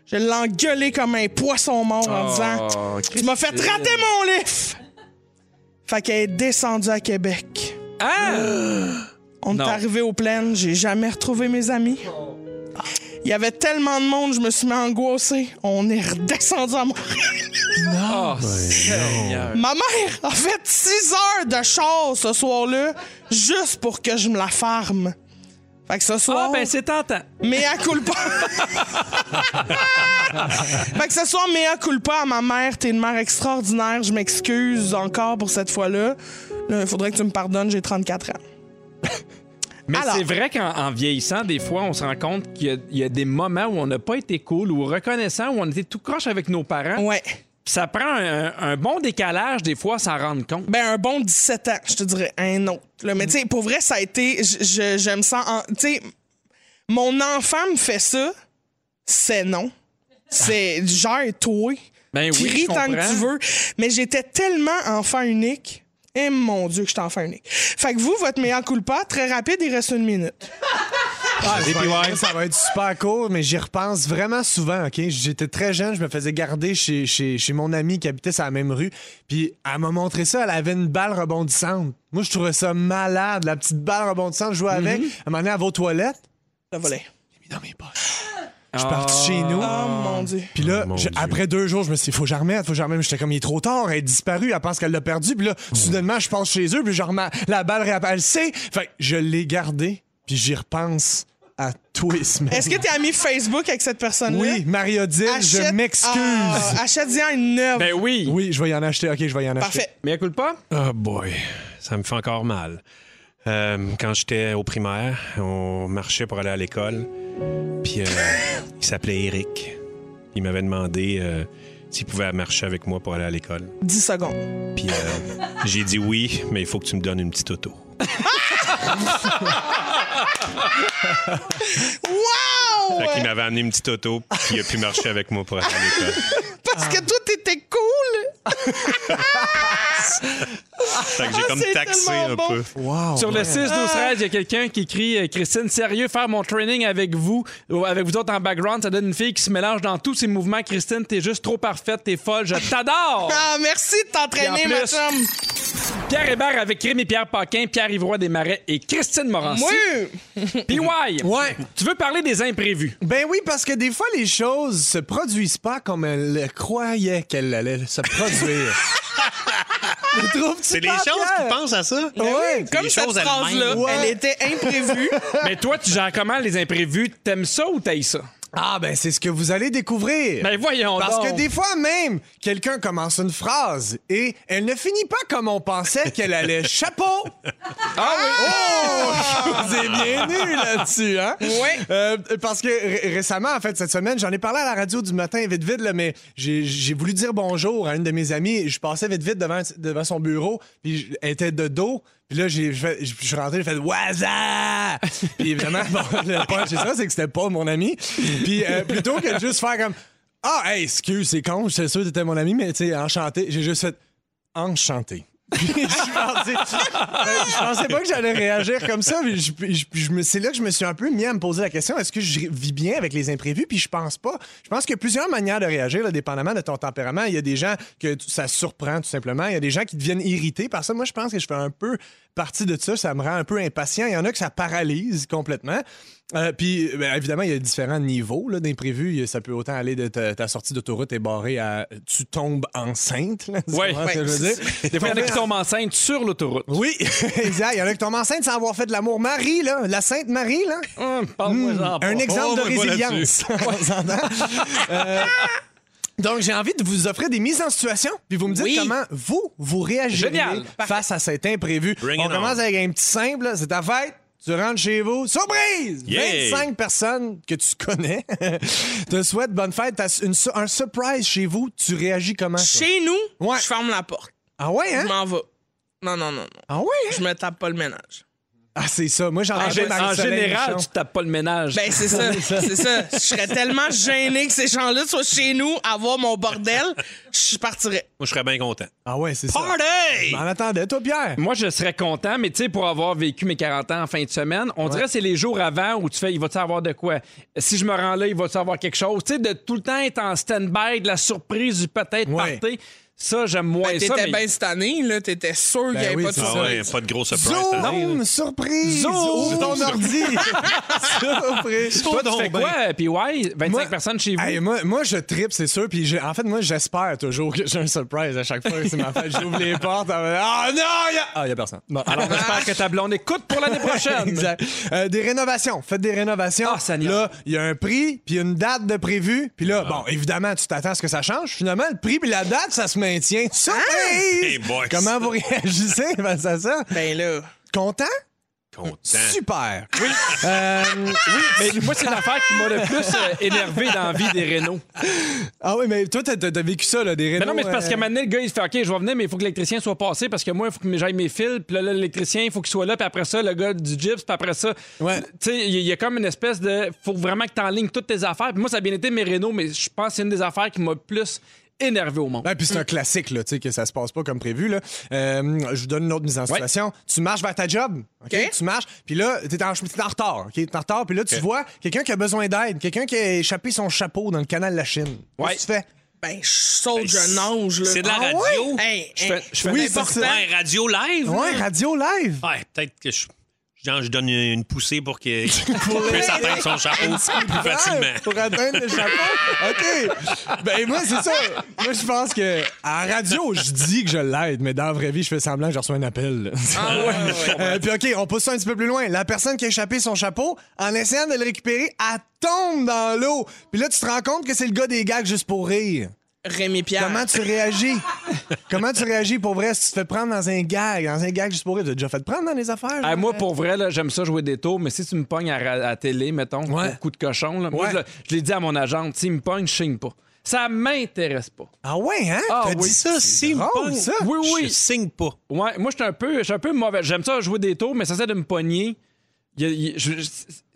je l'ai engueulée comme un poisson mort en disant
Oh,
Tu m'as fait rater mon lift! Fait qu'elle est descendue à Québec.
Ah!
On
Non.
est arrivé aux plaines, j'ai jamais retrouvé mes amis. Il y avait tellement de monde, je me suis mis angoissée. On est redescendu à Montréal.
Oh, Seigneur.
Ma mère a fait six heures de char ce soir-là juste pour que je me la farme. Fait que ce
Ah,
soir,
ben c'est tentant.
mea culpa. fait que ce soir, mea culpa à ma mère. T'es une mère extraordinaire. Je m'excuse encore pour cette fois-là. Il faudrait que tu me pardonnes, j'ai 34 ans.
Mais
Alors-
c'est vrai qu'en en vieillissant, des fois, on se rend compte qu'il y a- il y, a des moments où on n'a pas été cool ou reconnaissant, où on était tout croche avec nos parents.
Ouais.
Ça prend un, un bon décalage, des fois, à s'en rendre compte.
Ben, un bon 17 ans, je te dirais. Un autre. là.
Mm.
Mais tu sais, pour vrai, ça a été. Je, je, je me sens. en- Tu sais, mon enfant me fait ça. C'est non. C'est gère-toi.
Ben oui,
Crie
je
tant
comprends.
que tu veux. Mais j'étais tellement enfant unique. Eh, Et mon Dieu, que j'étais enfant unique. Fait que vous, votre meilleur culpa, très rapide, il reste une minute.
Ah, ça, va être, ça va être super court, mais j'y repense vraiment souvent, OK? J'étais très jeune, je me faisais garder chez, chez, chez mon ami qui habitait sur la même rue. Puis elle m'a montré ça, elle avait une balle rebondissante. Moi, je trouvais ça malade, la petite balle rebondissante, je jouais avec.
Mhm.
Elle m'en est à vos toilettes.
Ça volait.
Je suis parti chez nous.
Ah.
Oh mon Dieu.
Puis là, je- après deux jours, je me suis dit, faut que je la remette, faut que je la remette. J'étais comme, il est trop tard, elle est disparue, elle pense qu'elle l'a perdue. Puis là, soudainement, je passe chez eux, puis je remets la balle réapparaît. Elle sait. Fait que je l'ai gardée, puis j'y repense à tous les semaines.
Est-ce que t'es ami Facebook avec cette personne-là?
Oui, Mario Dill, je
Achète-
m'excuse.
Ah, Achète-en une neuve.
Ben oui.
Oui, je vais y en acheter. OK, je vais y en acheter.
Parfait.
Mais écoute pas.
Oh boy, ça me fait encore mal. Euh, quand j'étais au primaire, on marchait pour aller à l'école. Puis euh, il s'appelait Eric. Il m'avait demandé euh, s'il pouvait marcher avec moi pour aller à l'école.
10 secondes.
Puis euh, j'ai dit oui, mais il faut que tu me donnes une petite auto.
Wow!
Fait qu'il m'avait amené une petite auto, puis il a pu marcher avec moi pour aller à l'école.
Parce que toi, t'étais cool.
Fait que j'ai
Ah,
comme
c'est
taxé
tellement
un
bon.
peu.
Wow.
Sur le 6, 12,
Ah!
13, il y a quelqu'un qui écrit euh, Christine, sérieux, faire mon training avec vous, ou avec vous autres en background, ça donne une fille qui se mélange dans tous ses mouvements. Christine, t'es juste trop parfaite, t'es folle, je t'adore!
Ah, merci de t'entraîner,
Puis Oh. en
ma
plus-
chum.
Pierre Hébert avec Rémi Pierre Paquin, Pierre Ivroy Desmarais et Christine Morancy.
Oui!
PY,
Ouais.
tu veux parler des imprévus?
Ben oui, parce que des fois, les choses se produisent pas comme elle le croyait qu'elles allaient se produire. Tu trouves-tu
C'est les
pas, Ben
choses qui
Pierre?
pensent à ça.
Ouais.
Ben Comme
les
cette
choses elles-mêmes.
phrase-là,
Ouais.
elle était imprévue.
Mais toi, tu gères comment les imprévus? T'aimes ça ou t'ailles ça?
Ah, ben c'est ce que vous allez découvrir.
Ben voyons
Parce
donc.
que des fois même, quelqu'un commence une phrase et elle ne finit pas comme on pensait qu'elle allait. Chapeau! Ah oui! Oh! Je vous ai bien eu là-dessus, hein?
Oui.
Euh, parce que ré- récemment, en fait, cette semaine, j'en ai parlé à la radio du matin, vite, vite, là, mais j'ai- j'ai voulu dire bonjour à une de mes amies. Je passais vite, vite devant, devant son bureau, puis je- elle était de dos. Puis là, j'ai fait- je je suis rentré, j'ai fait Waza! Puis évidemment, bon, le punch, c'est ça, c'est que c'était pas mon ami. Puis euh, plutôt que de juste faire comme Ah, hey, excuse, c'est con, c'est sûr que t'étais mon ami, mais tu sais, enchanté, j'ai juste fait Enchanté. Puis je suis parti. Euh, Je pensais pas que j'allais réagir comme ça, mais je- je- je me- c'est là que je me suis un peu mis à me poser la question est-ce que je vis bien avec les imprévus Puis je pense pas. Je pense qu'il y a plusieurs manières de réagir, là, dépendamment de ton tempérament. Il y a des gens que tu- ça surprend tout simplement. Il y a des gens qui deviennent irrités par ça. Moi, je pense que je fais un peu partie de ça. Ça me rend un peu impatient. Il y en a que ça paralyse complètement. Euh, puis, ben, évidemment, il y a différents niveaux là, d'imprévus. Il y a- Ça peut autant aller de ta, ta sortie d'autoroute est barrée à tu tombes enceinte. là. Tu
Ouais,
comprends ce que
ouais.
je veux dire?
Des fois, il y en a qui tombent enceintes sur l'autoroute.
Oui, exact. Il y en a qui tombent enceintes sans avoir fait de l'amour. Marie, là, la Sainte Marie, là.
Hum, Oh, parle-moi ça.
Un exemple de
on va pas
résilience. On s'entend? Euh, donc, j'ai envie de vous offrir des mises en situation, puis vous me dites
Oui.
comment vous, vous réagirez
Génial.
face à cet imprévu.
Bring
on
it
commence
on.
avec un petit simple, là. c'est ta fête. Tu rentres chez vous. Surprise!
Yeah!
25 personnes que tu connais te souhaitent bonne fête. T'as une su- un surprise chez vous. Tu réagis comment? toi?
Chez nous,
Ouais.
je ferme la porte.
Ah ouais,
Je
hein?
m'en vais. Non, non, non, non.
Ah ouais, hein?
Je me tape pas le ménage.
Ah, c'est ça. Moi, j'en
En,
ai
gé- en général, tu tapes pas le ménage.
Ben, c'est ça. c'est ça. Je serais tellement gêné que ces gens-là soient chez nous, avoir mon bordel, je partirais.
Moi, je serais bien content.
Ah ouais, c'est ça.
Party!
Je m'en attendais, Ben, toi, Pierre.
Moi, je serais content, mais tu sais, pour avoir vécu mes 40 ans en fin de semaine, on dirait que c'est les jours avant où tu fais, il va-tu avoir de quoi? Si je me rends là, il va-tu avoir quelque chose? Tu sais, de tout le temps être en stand-by, de la surprise, du peut-être
Ouais.
party. Ça, j'aime moins
Ben,
ça.
T'étais
mais-
bien tanné, là. T'étais sûr qu'il n'y avait
oui,
pas de
c'est
Ah
ça.
ouais, pas de gros surprise. hein. cette année, là.
Zoom, surprise!
Zoom!
Ouvre ton ordi! surprise!
Toi, tu fais quoi? Puis ouais, 25
ben. Moi-
personnes chez vous.
Hey, moi, moi, je tripe, c'est sûr. Puis j'ai- en fait, moi, j'espère toujours que j'ai un surprise à chaque fois que c'est ma fête. J'ouvre les portes. en mode, Ah non, il y a... Ah, il y a personne. Bon,
Alors, j'espère que ta blonde écoute pour l'année prochaine.
Exact. Euh, des rénovations. Faites des rénovations.
Ah, Seigneur.
là, il y a un prix, puis une date de prévu. Puis là, bon, évidemment, tu t'attends à ce que ça change. Finalement, le prix puis la date, ça se maintient. Surprise!
Hey, boys.
Comment vous réagissez face à ça?
Ben là.
Content?
Content.
Super! Oui! Euh,
Mais moi, c'est l'affaire qui m'a le plus euh, énervé dans la vie des rénaux.
ah oui, mais toi, t'as t'as- t'as vécu ça, là, des
Mais
rénovations.
non, mais c'est parce que maintenant, le gars, il fait OK, je vais venir, mais il faut que l'électricien soit passé parce que moi, il faut que j'aille mes fils. Puis là, l'électricien, il faut qu'il soit là. Puis après ça, le gars du gyps. Puis après ça,
Ouais.
tu sais, il y, a comme une espèce de. faut vraiment que tu toutes tes affaires. Puis moi, ça a bien été mes rénaux, mais je pense que c'est une des affaires qui m'a le plus énervé au monde.
Ben, puis c'est un classique, là, tu sais, que ça se passe pas comme prévu, là. Euh, je vous donne une autre mise en situation. Tu marches vers ta job, OK? Tu marches, puis là, t'es en, t'es en retard, OK? T'es en retard, puis là, tu vois quelqu'un qui a besoin d'aide, quelqu'un qui a échappé son chapeau dans le canal de la Chine. Qu'est-ce que tu fais?
Ben, je saute d'un ange, là.
C'est de la
Ah
radio.
ouais? Hey,
je
hey,
fais, je fais
oui,
n'importe
c'est
quoi.
ça.
Ouais, radio live.
Ouais, radio live.
Ouais, peut-être que je. Genre, je donne une poussée pour qu'il puisse atteindre son chapeau plus facilement.
Ah, Pour atteindre le chapeau. OK. Ben, moi, c'est ça. Moi, je pense que à la radio, je dis que je l'aide, mais dans la vraie vie, je fais semblant que je reçois un appel. là.
Ah,
Euh, puis, OK, on pousse ça un petit peu plus loin. La personne qui a échappé son chapeau, en essayant de le récupérer, elle tombe dans l'eau. Puis là, tu te rends compte que c'est le gars des gags juste pour rire.
Rémi Pierre.
Comment tu réagis? Comment tu réagis pour vrai si tu te fais prendre dans un gag, dans un gag juste pour rire? Tu as déjà fait te prendre dans les affaires?
Ah, moi, pour vrai, là, j'aime ça jouer des tours, mais si tu me pognes à, ra- à télé, mettons,
Ouais.
au coup de cochon, là, moi,
Ouais.
je, le- je l'ai dit à mon agente, s'il me pogne, je signe pas. Ça m'intéresse pas.
Ah ouais, hein?
Ah
T'as
oui.
dit ça, c'est drôle, ça.
Oui, oui.
Je signe pas.
Ouais, moi, je suis un peu, je suis un peu mauvais. J'aime ça jouer des tours, mais ça sert de me pogner. Il y a- il- je- je-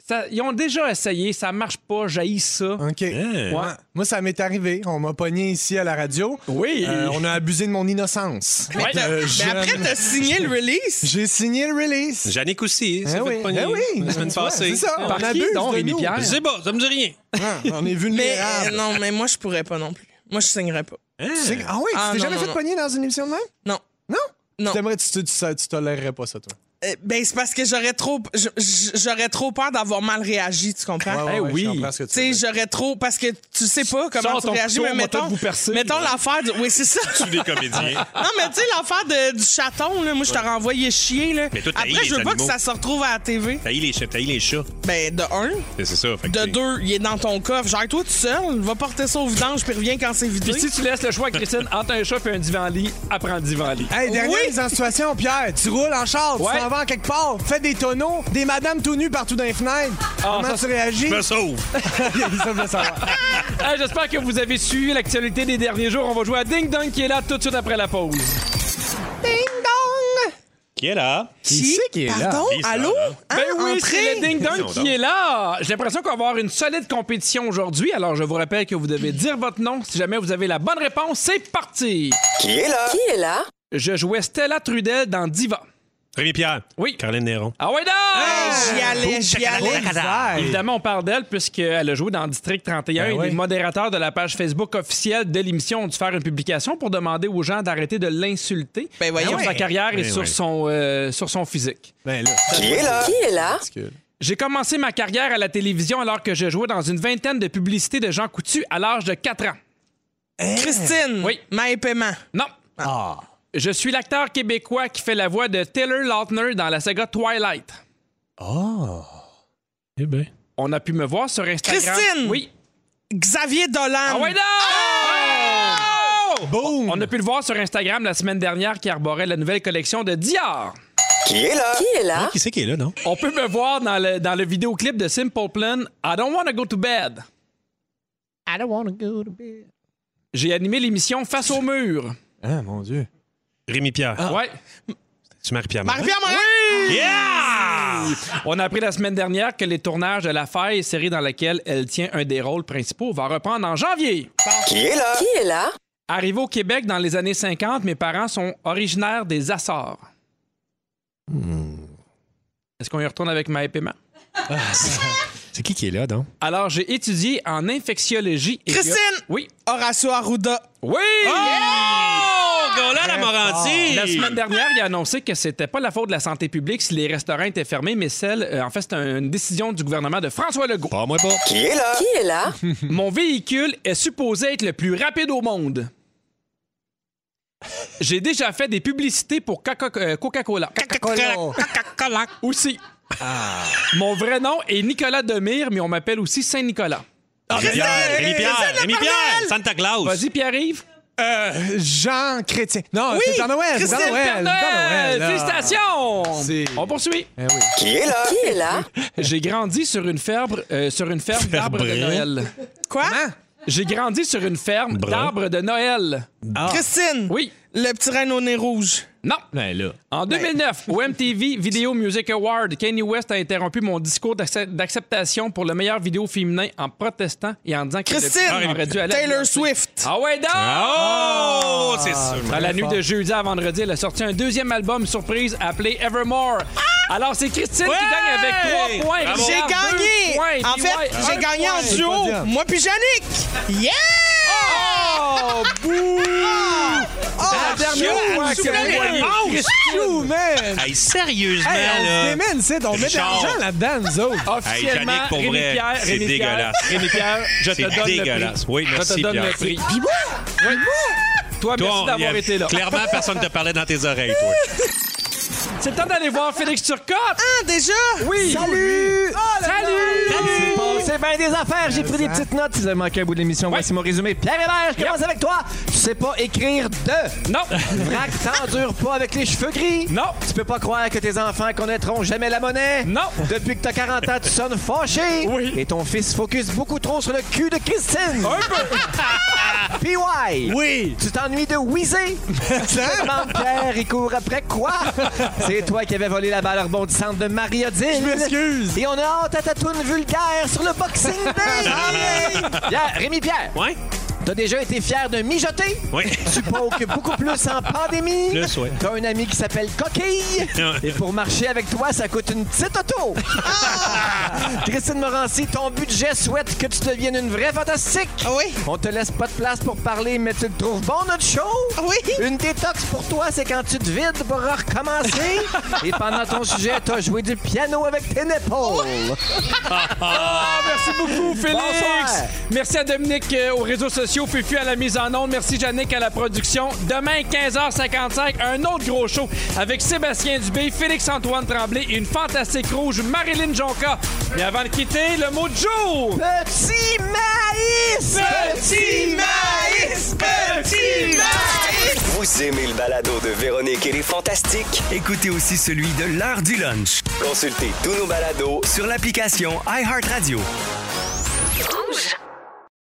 ça- ils ont déjà essayé, ça marche pas, j'haïs ça.
OK.
Hein?
Ouais.
Moi, ça m'est arrivé. On m'a pogné ici à la radio.
Oui.
Euh, on a abusé de mon innocence.
Ouais.
Euh,
Mais
jeune.
Ben, après, t'as signé le release.
J'ai signé le release.
Jannick aussi, hein,
Eh
ça
oui,
fait pogner
eh oui.
la semaine
Tu vois,
passée.
C'est ça, on
Par qui,
abuse
donc,
de
Rémi
nous.
Pierre?
Je sais pas, ça me dit rien.
Ah, on est
Mais
vulnérables.
euh, non, mais moi, je pourrais pas non plus. Moi, je signerais pas.
Tu sais- Ah oui,
Ah,
tu t'es
non,
jamais
non,
fait
non.
pogner dans une émission de même?
Non.
Non?
Non.
T'aimerais, tu, tu, tu, tu tolérerais pas ça, toi?
Euh, ben, c'est parce que j'aurais trop, je- je- j'aurais trop peur d'avoir mal réagi, tu comprends?
Eh oui.
je comprends ce que tu
Tu sais,
veux dire.
j'aurais trop. Parce que tu sais pas comment
Sors
tu
ton
réagis,
couteau,
mais
on va
mettons.
peut-être vous percer.
mettons l'affaire du. Oui, c'est ça.
Tous des comédiens.
Non, mais tu sais, l'affaire de- du chaton, là, moi, je t'aurais envoyé chier. Là.
Mais toi, t'haïs
Après,
les
je veux pas
animaux.
que ça se retrouve à la TV.
T'as eu les chats. T'as eu les chats.
Ben, de un.
C'est ça. fait que
De
t'es-
deux, il est dans ton coffre. Genre, toi, tout seul, va porter ça au vidange, puis reviens quand c'est vidé.
Puis si tu laisses le choix à Christine entre un chat et un divan-lit, apprends le divan-lit.
Hey, dernière
Oui.
mise en situation, Pierre. Tu roules en char,
Ouais.
tu t'en vas en quelque part, fais des tonneaux, des madames tout nues partout dans les fenêtres.
Ah.
Comment tu
ça,
réagis?
Je me sauve.
Ça, je veux savoir.
Hey, J'espère que vous avez suivi l'actualité des derniers jours. On va jouer à Ding Dong qui est là tout de suite après la pause.
Qui est là?
Qui c'est qui est là?
Pardon?
Qui ça,
Allô?
là?
Hein,
Ben oui,
entrée?
c'est le Ding Dong
Voyons
qui
donc.
est là. J'ai l'impression qu'on va avoir une solide compétition aujourd'hui. Alors, je vous rappelle que vous devez dire votre nom. Si jamais vous avez la bonne réponse, c'est parti.
Qui est là?
Qui est là?
Je jouais Stella Trudel dans Diva.
Rémi Pierre.
Oui.
Caroline Néron.
Ah ouais, non!
J'y allais, j'y allais.
Évidemment, on parle d'elle puisqu'elle a joué dans District 31.
Ben
et
oui.
les modérateurs de la page Facebook officielle de l'émission ont dû faire une publication pour demander aux gens d'arrêter de l'insulter
Ben voyons.
sur sa carrière et
Ben
sur,
oui.
son, euh, sur son physique.
Ben là,
Qui est là?
Qui est là?
ridicule.
J'ai commencé ma carrière à la télévision alors que je jouais dans une vingtaine de publicités de Jean Coutu à l'âge de 4 ans.
Christine,
Oui.
maille paiement.
Non. Je suis l'acteur québécois qui fait la voix de Taylor Lautner dans la saga Twilight.
Eh bien.
On a pu me voir sur Instagram.
Christine!
Oui.
Xavier Dolan.
Ah ouais, non!
Boom!
On a pu le voir sur Instagram la semaine dernière qui arborait la nouvelle collection de Dior.
Qui est là?
Qui est là?
Qui c'est qui est là, non?
On peut me voir dans le, dans le vidéoclip de Simple Plan I Don't Wanna Go to Bed.
I don't wanna go to bed.
J'ai animé l'émission Face au mur.
Ah, mon Dieu.
Rémi Pierre.
Ouais.
Tu Marie-Pierre. Morin?
Marie-Pierre Morin.
Yeah!
On a appris la semaine dernière que les tournages de La Faille, série dans laquelle elle tient un des rôles principaux, va reprendre en janvier.
Qui est là?
Qui est là?
Arrivé au Québec dans les années 50, mes parents sont originaires des Açores.
Hmm.
Est-ce qu'on y retourne avec ma paiement?
Ah, C'est qui qui est là, donc?
Alors, j'ai étudié en infectiologie. et-
Christine!
Oui.
Horacio Arruda.
Oui!
Oh! Golan à Moranti!
La semaine dernière, il a annoncé que c'était pas la faute de la santé publique si les restaurants étaient fermés, mais celle, euh, en fait, c'est une décision du gouvernement de François Legault.
Pas Ah, moi pas.
Qui est là?
Qui est là?
Mon véhicule est supposé être le plus rapide au monde. J'ai déjà fait des publicités pour Coca- euh, Coca-Cola. Aussi. Mon vrai nom est Nicolas Demire, mais on m'appelle aussi Saint-Nicolas.
Rémi Pierre. Rémi Pierre. Rémi Pierre. Santa Claus.
Vas-y, Pierre-Yves.
Euh, Jean Chrétien. Non,
Oui,
c'est Père Noël. c'est Père
Christine
Noël. Père
Noël,
Noël, ah là. C'est-
Félicitations! On poursuit.
Eh oui.
Qui est là?
Qui est là?
J'ai grandi sur une ferme, euh, sur une ferme d'arbres de
Ferbré.
Noël.
Quoi?
J'ai grandi sur une ferme
Brun.
d'arbres de Noël.
Christine.
Ah. Oui.
Le petit reine au nez rouge.
Non. En
Ben.
2009, au MTV Video Music Award, Kanye West a interrompu mon discours d'acce- d'acceptation pour le meilleur vidéo féminin en protestant et en disant que le
Christine!
public aurait dû aller à
Taylor
Beyoncé.
Swift.
Ah ouais, donc!
Oh, c'est sûr.
Dans la nuit de jeudi à vendredi, elle a sorti un deuxième album surprise appelé Evermore.
Ah!
Alors, c'est Christine qui gagne avec 3 points.
J'ai
Richard, deux
gagné!
points,
en
puis
fait,
ouais,
j'ai
un
gagné
point.
en duo. Moi puis Yannick. Yeah!
Oh! Bouh!
Ah,
la dernière
chou,
fois
chou,
que
les
vous
manches.
Chou, man!
Hey, sérieusement,
Hey, on
là.
se démène, c'est, on met de
Richard.
l'argent là-dedans, nous autres.
Hey,
Officiellement,
Yannick, pour
Rémi
vrai,
Pierre,
c'est
Rémi Pierre,
dégueulasse.
Rémi Pierre, je te
C'est
donne le prix.
dégueulasse. Oui,
Je te
merci,
donne
Pierre.
le prix.
Puis moi,
Oui. Toi,
Toi,
merci
on-
d'avoir
y a-
été là.
Clairement, personne ne te parlait dans tes oreilles, toi.
C'est le temps d'aller voir Félix Turcotte.
Ah, déjà?
Oui.
Salut!
Ah,
Salut.
C'est bien des affaires, j'ai pris des petites notes. Si vous avez manqué un bout de l'émission, voici mon résumé. Pierre Hébert, je commence avec toi. Tu sais pas écrire de.
Non.
Vrac, t'endures pas avec les cheveux gris.
Non.
Tu peux pas croire que tes enfants connaîtront jamais la monnaie.
Non.
Depuis que t'as 40 ans, tu sonnes fâché.
Oui.
Et ton fils focus beaucoup trop sur le cul de Christine.
Un peu.
PY.
Oui.
Tu t'ennuies de whizzer. tu
Hein?
te demandes, Pierre, il court après quoi? C'est toi qui avais volé la balle rebondissante de Maria Dill.
Je m'excuse.
Et on a hâte à ta toune vulgaire sur le Boxing Day. Pierre, Rémi Pierre,
Ouais?
t'as déjà été fier de mijoter?
Oui.
Tu que beaucoup plus en pandémie.
Plus, ouais.
T'as un ami qui s'appelle Coquille.
Ouais.
Et pour marcher avec toi, ça coûte une petite auto. Ah! Christine Morancy, ton budget souhaite que tu deviennes une vraie fantastique.
Ah oui?
On te laisse pas de place pour parler, mais tu le trouves bon, notre show?
Ah
Oui.
Une détox pour toi, c'est quand tu te vides pour recommencer. Et pendant ton sujet, t'as joué du piano avec tes épaules.
Ah, merci beaucoup, Félix.
Bonsoir.
Merci à Dominique euh, aux réseaux sociaux, Fufu à la mise en onde. Merci, Jannick, à la production. Demain, 15h55, un autre gros show avec Sébastien Dubé, Félix-Antoine Tremblay et une fantastique rouge, Marilyn Jonca. Mais avant de quitter, le mot de jour.
Petit maïs!
Petit
maïs! Petit maïs!
Vous aimez le balado de Véronique et les Fantastiques?
Écoutez aussi celui de l'heure du lunch
Consultez tous nos balados
sur l'application iHeartRadio.
Rouge.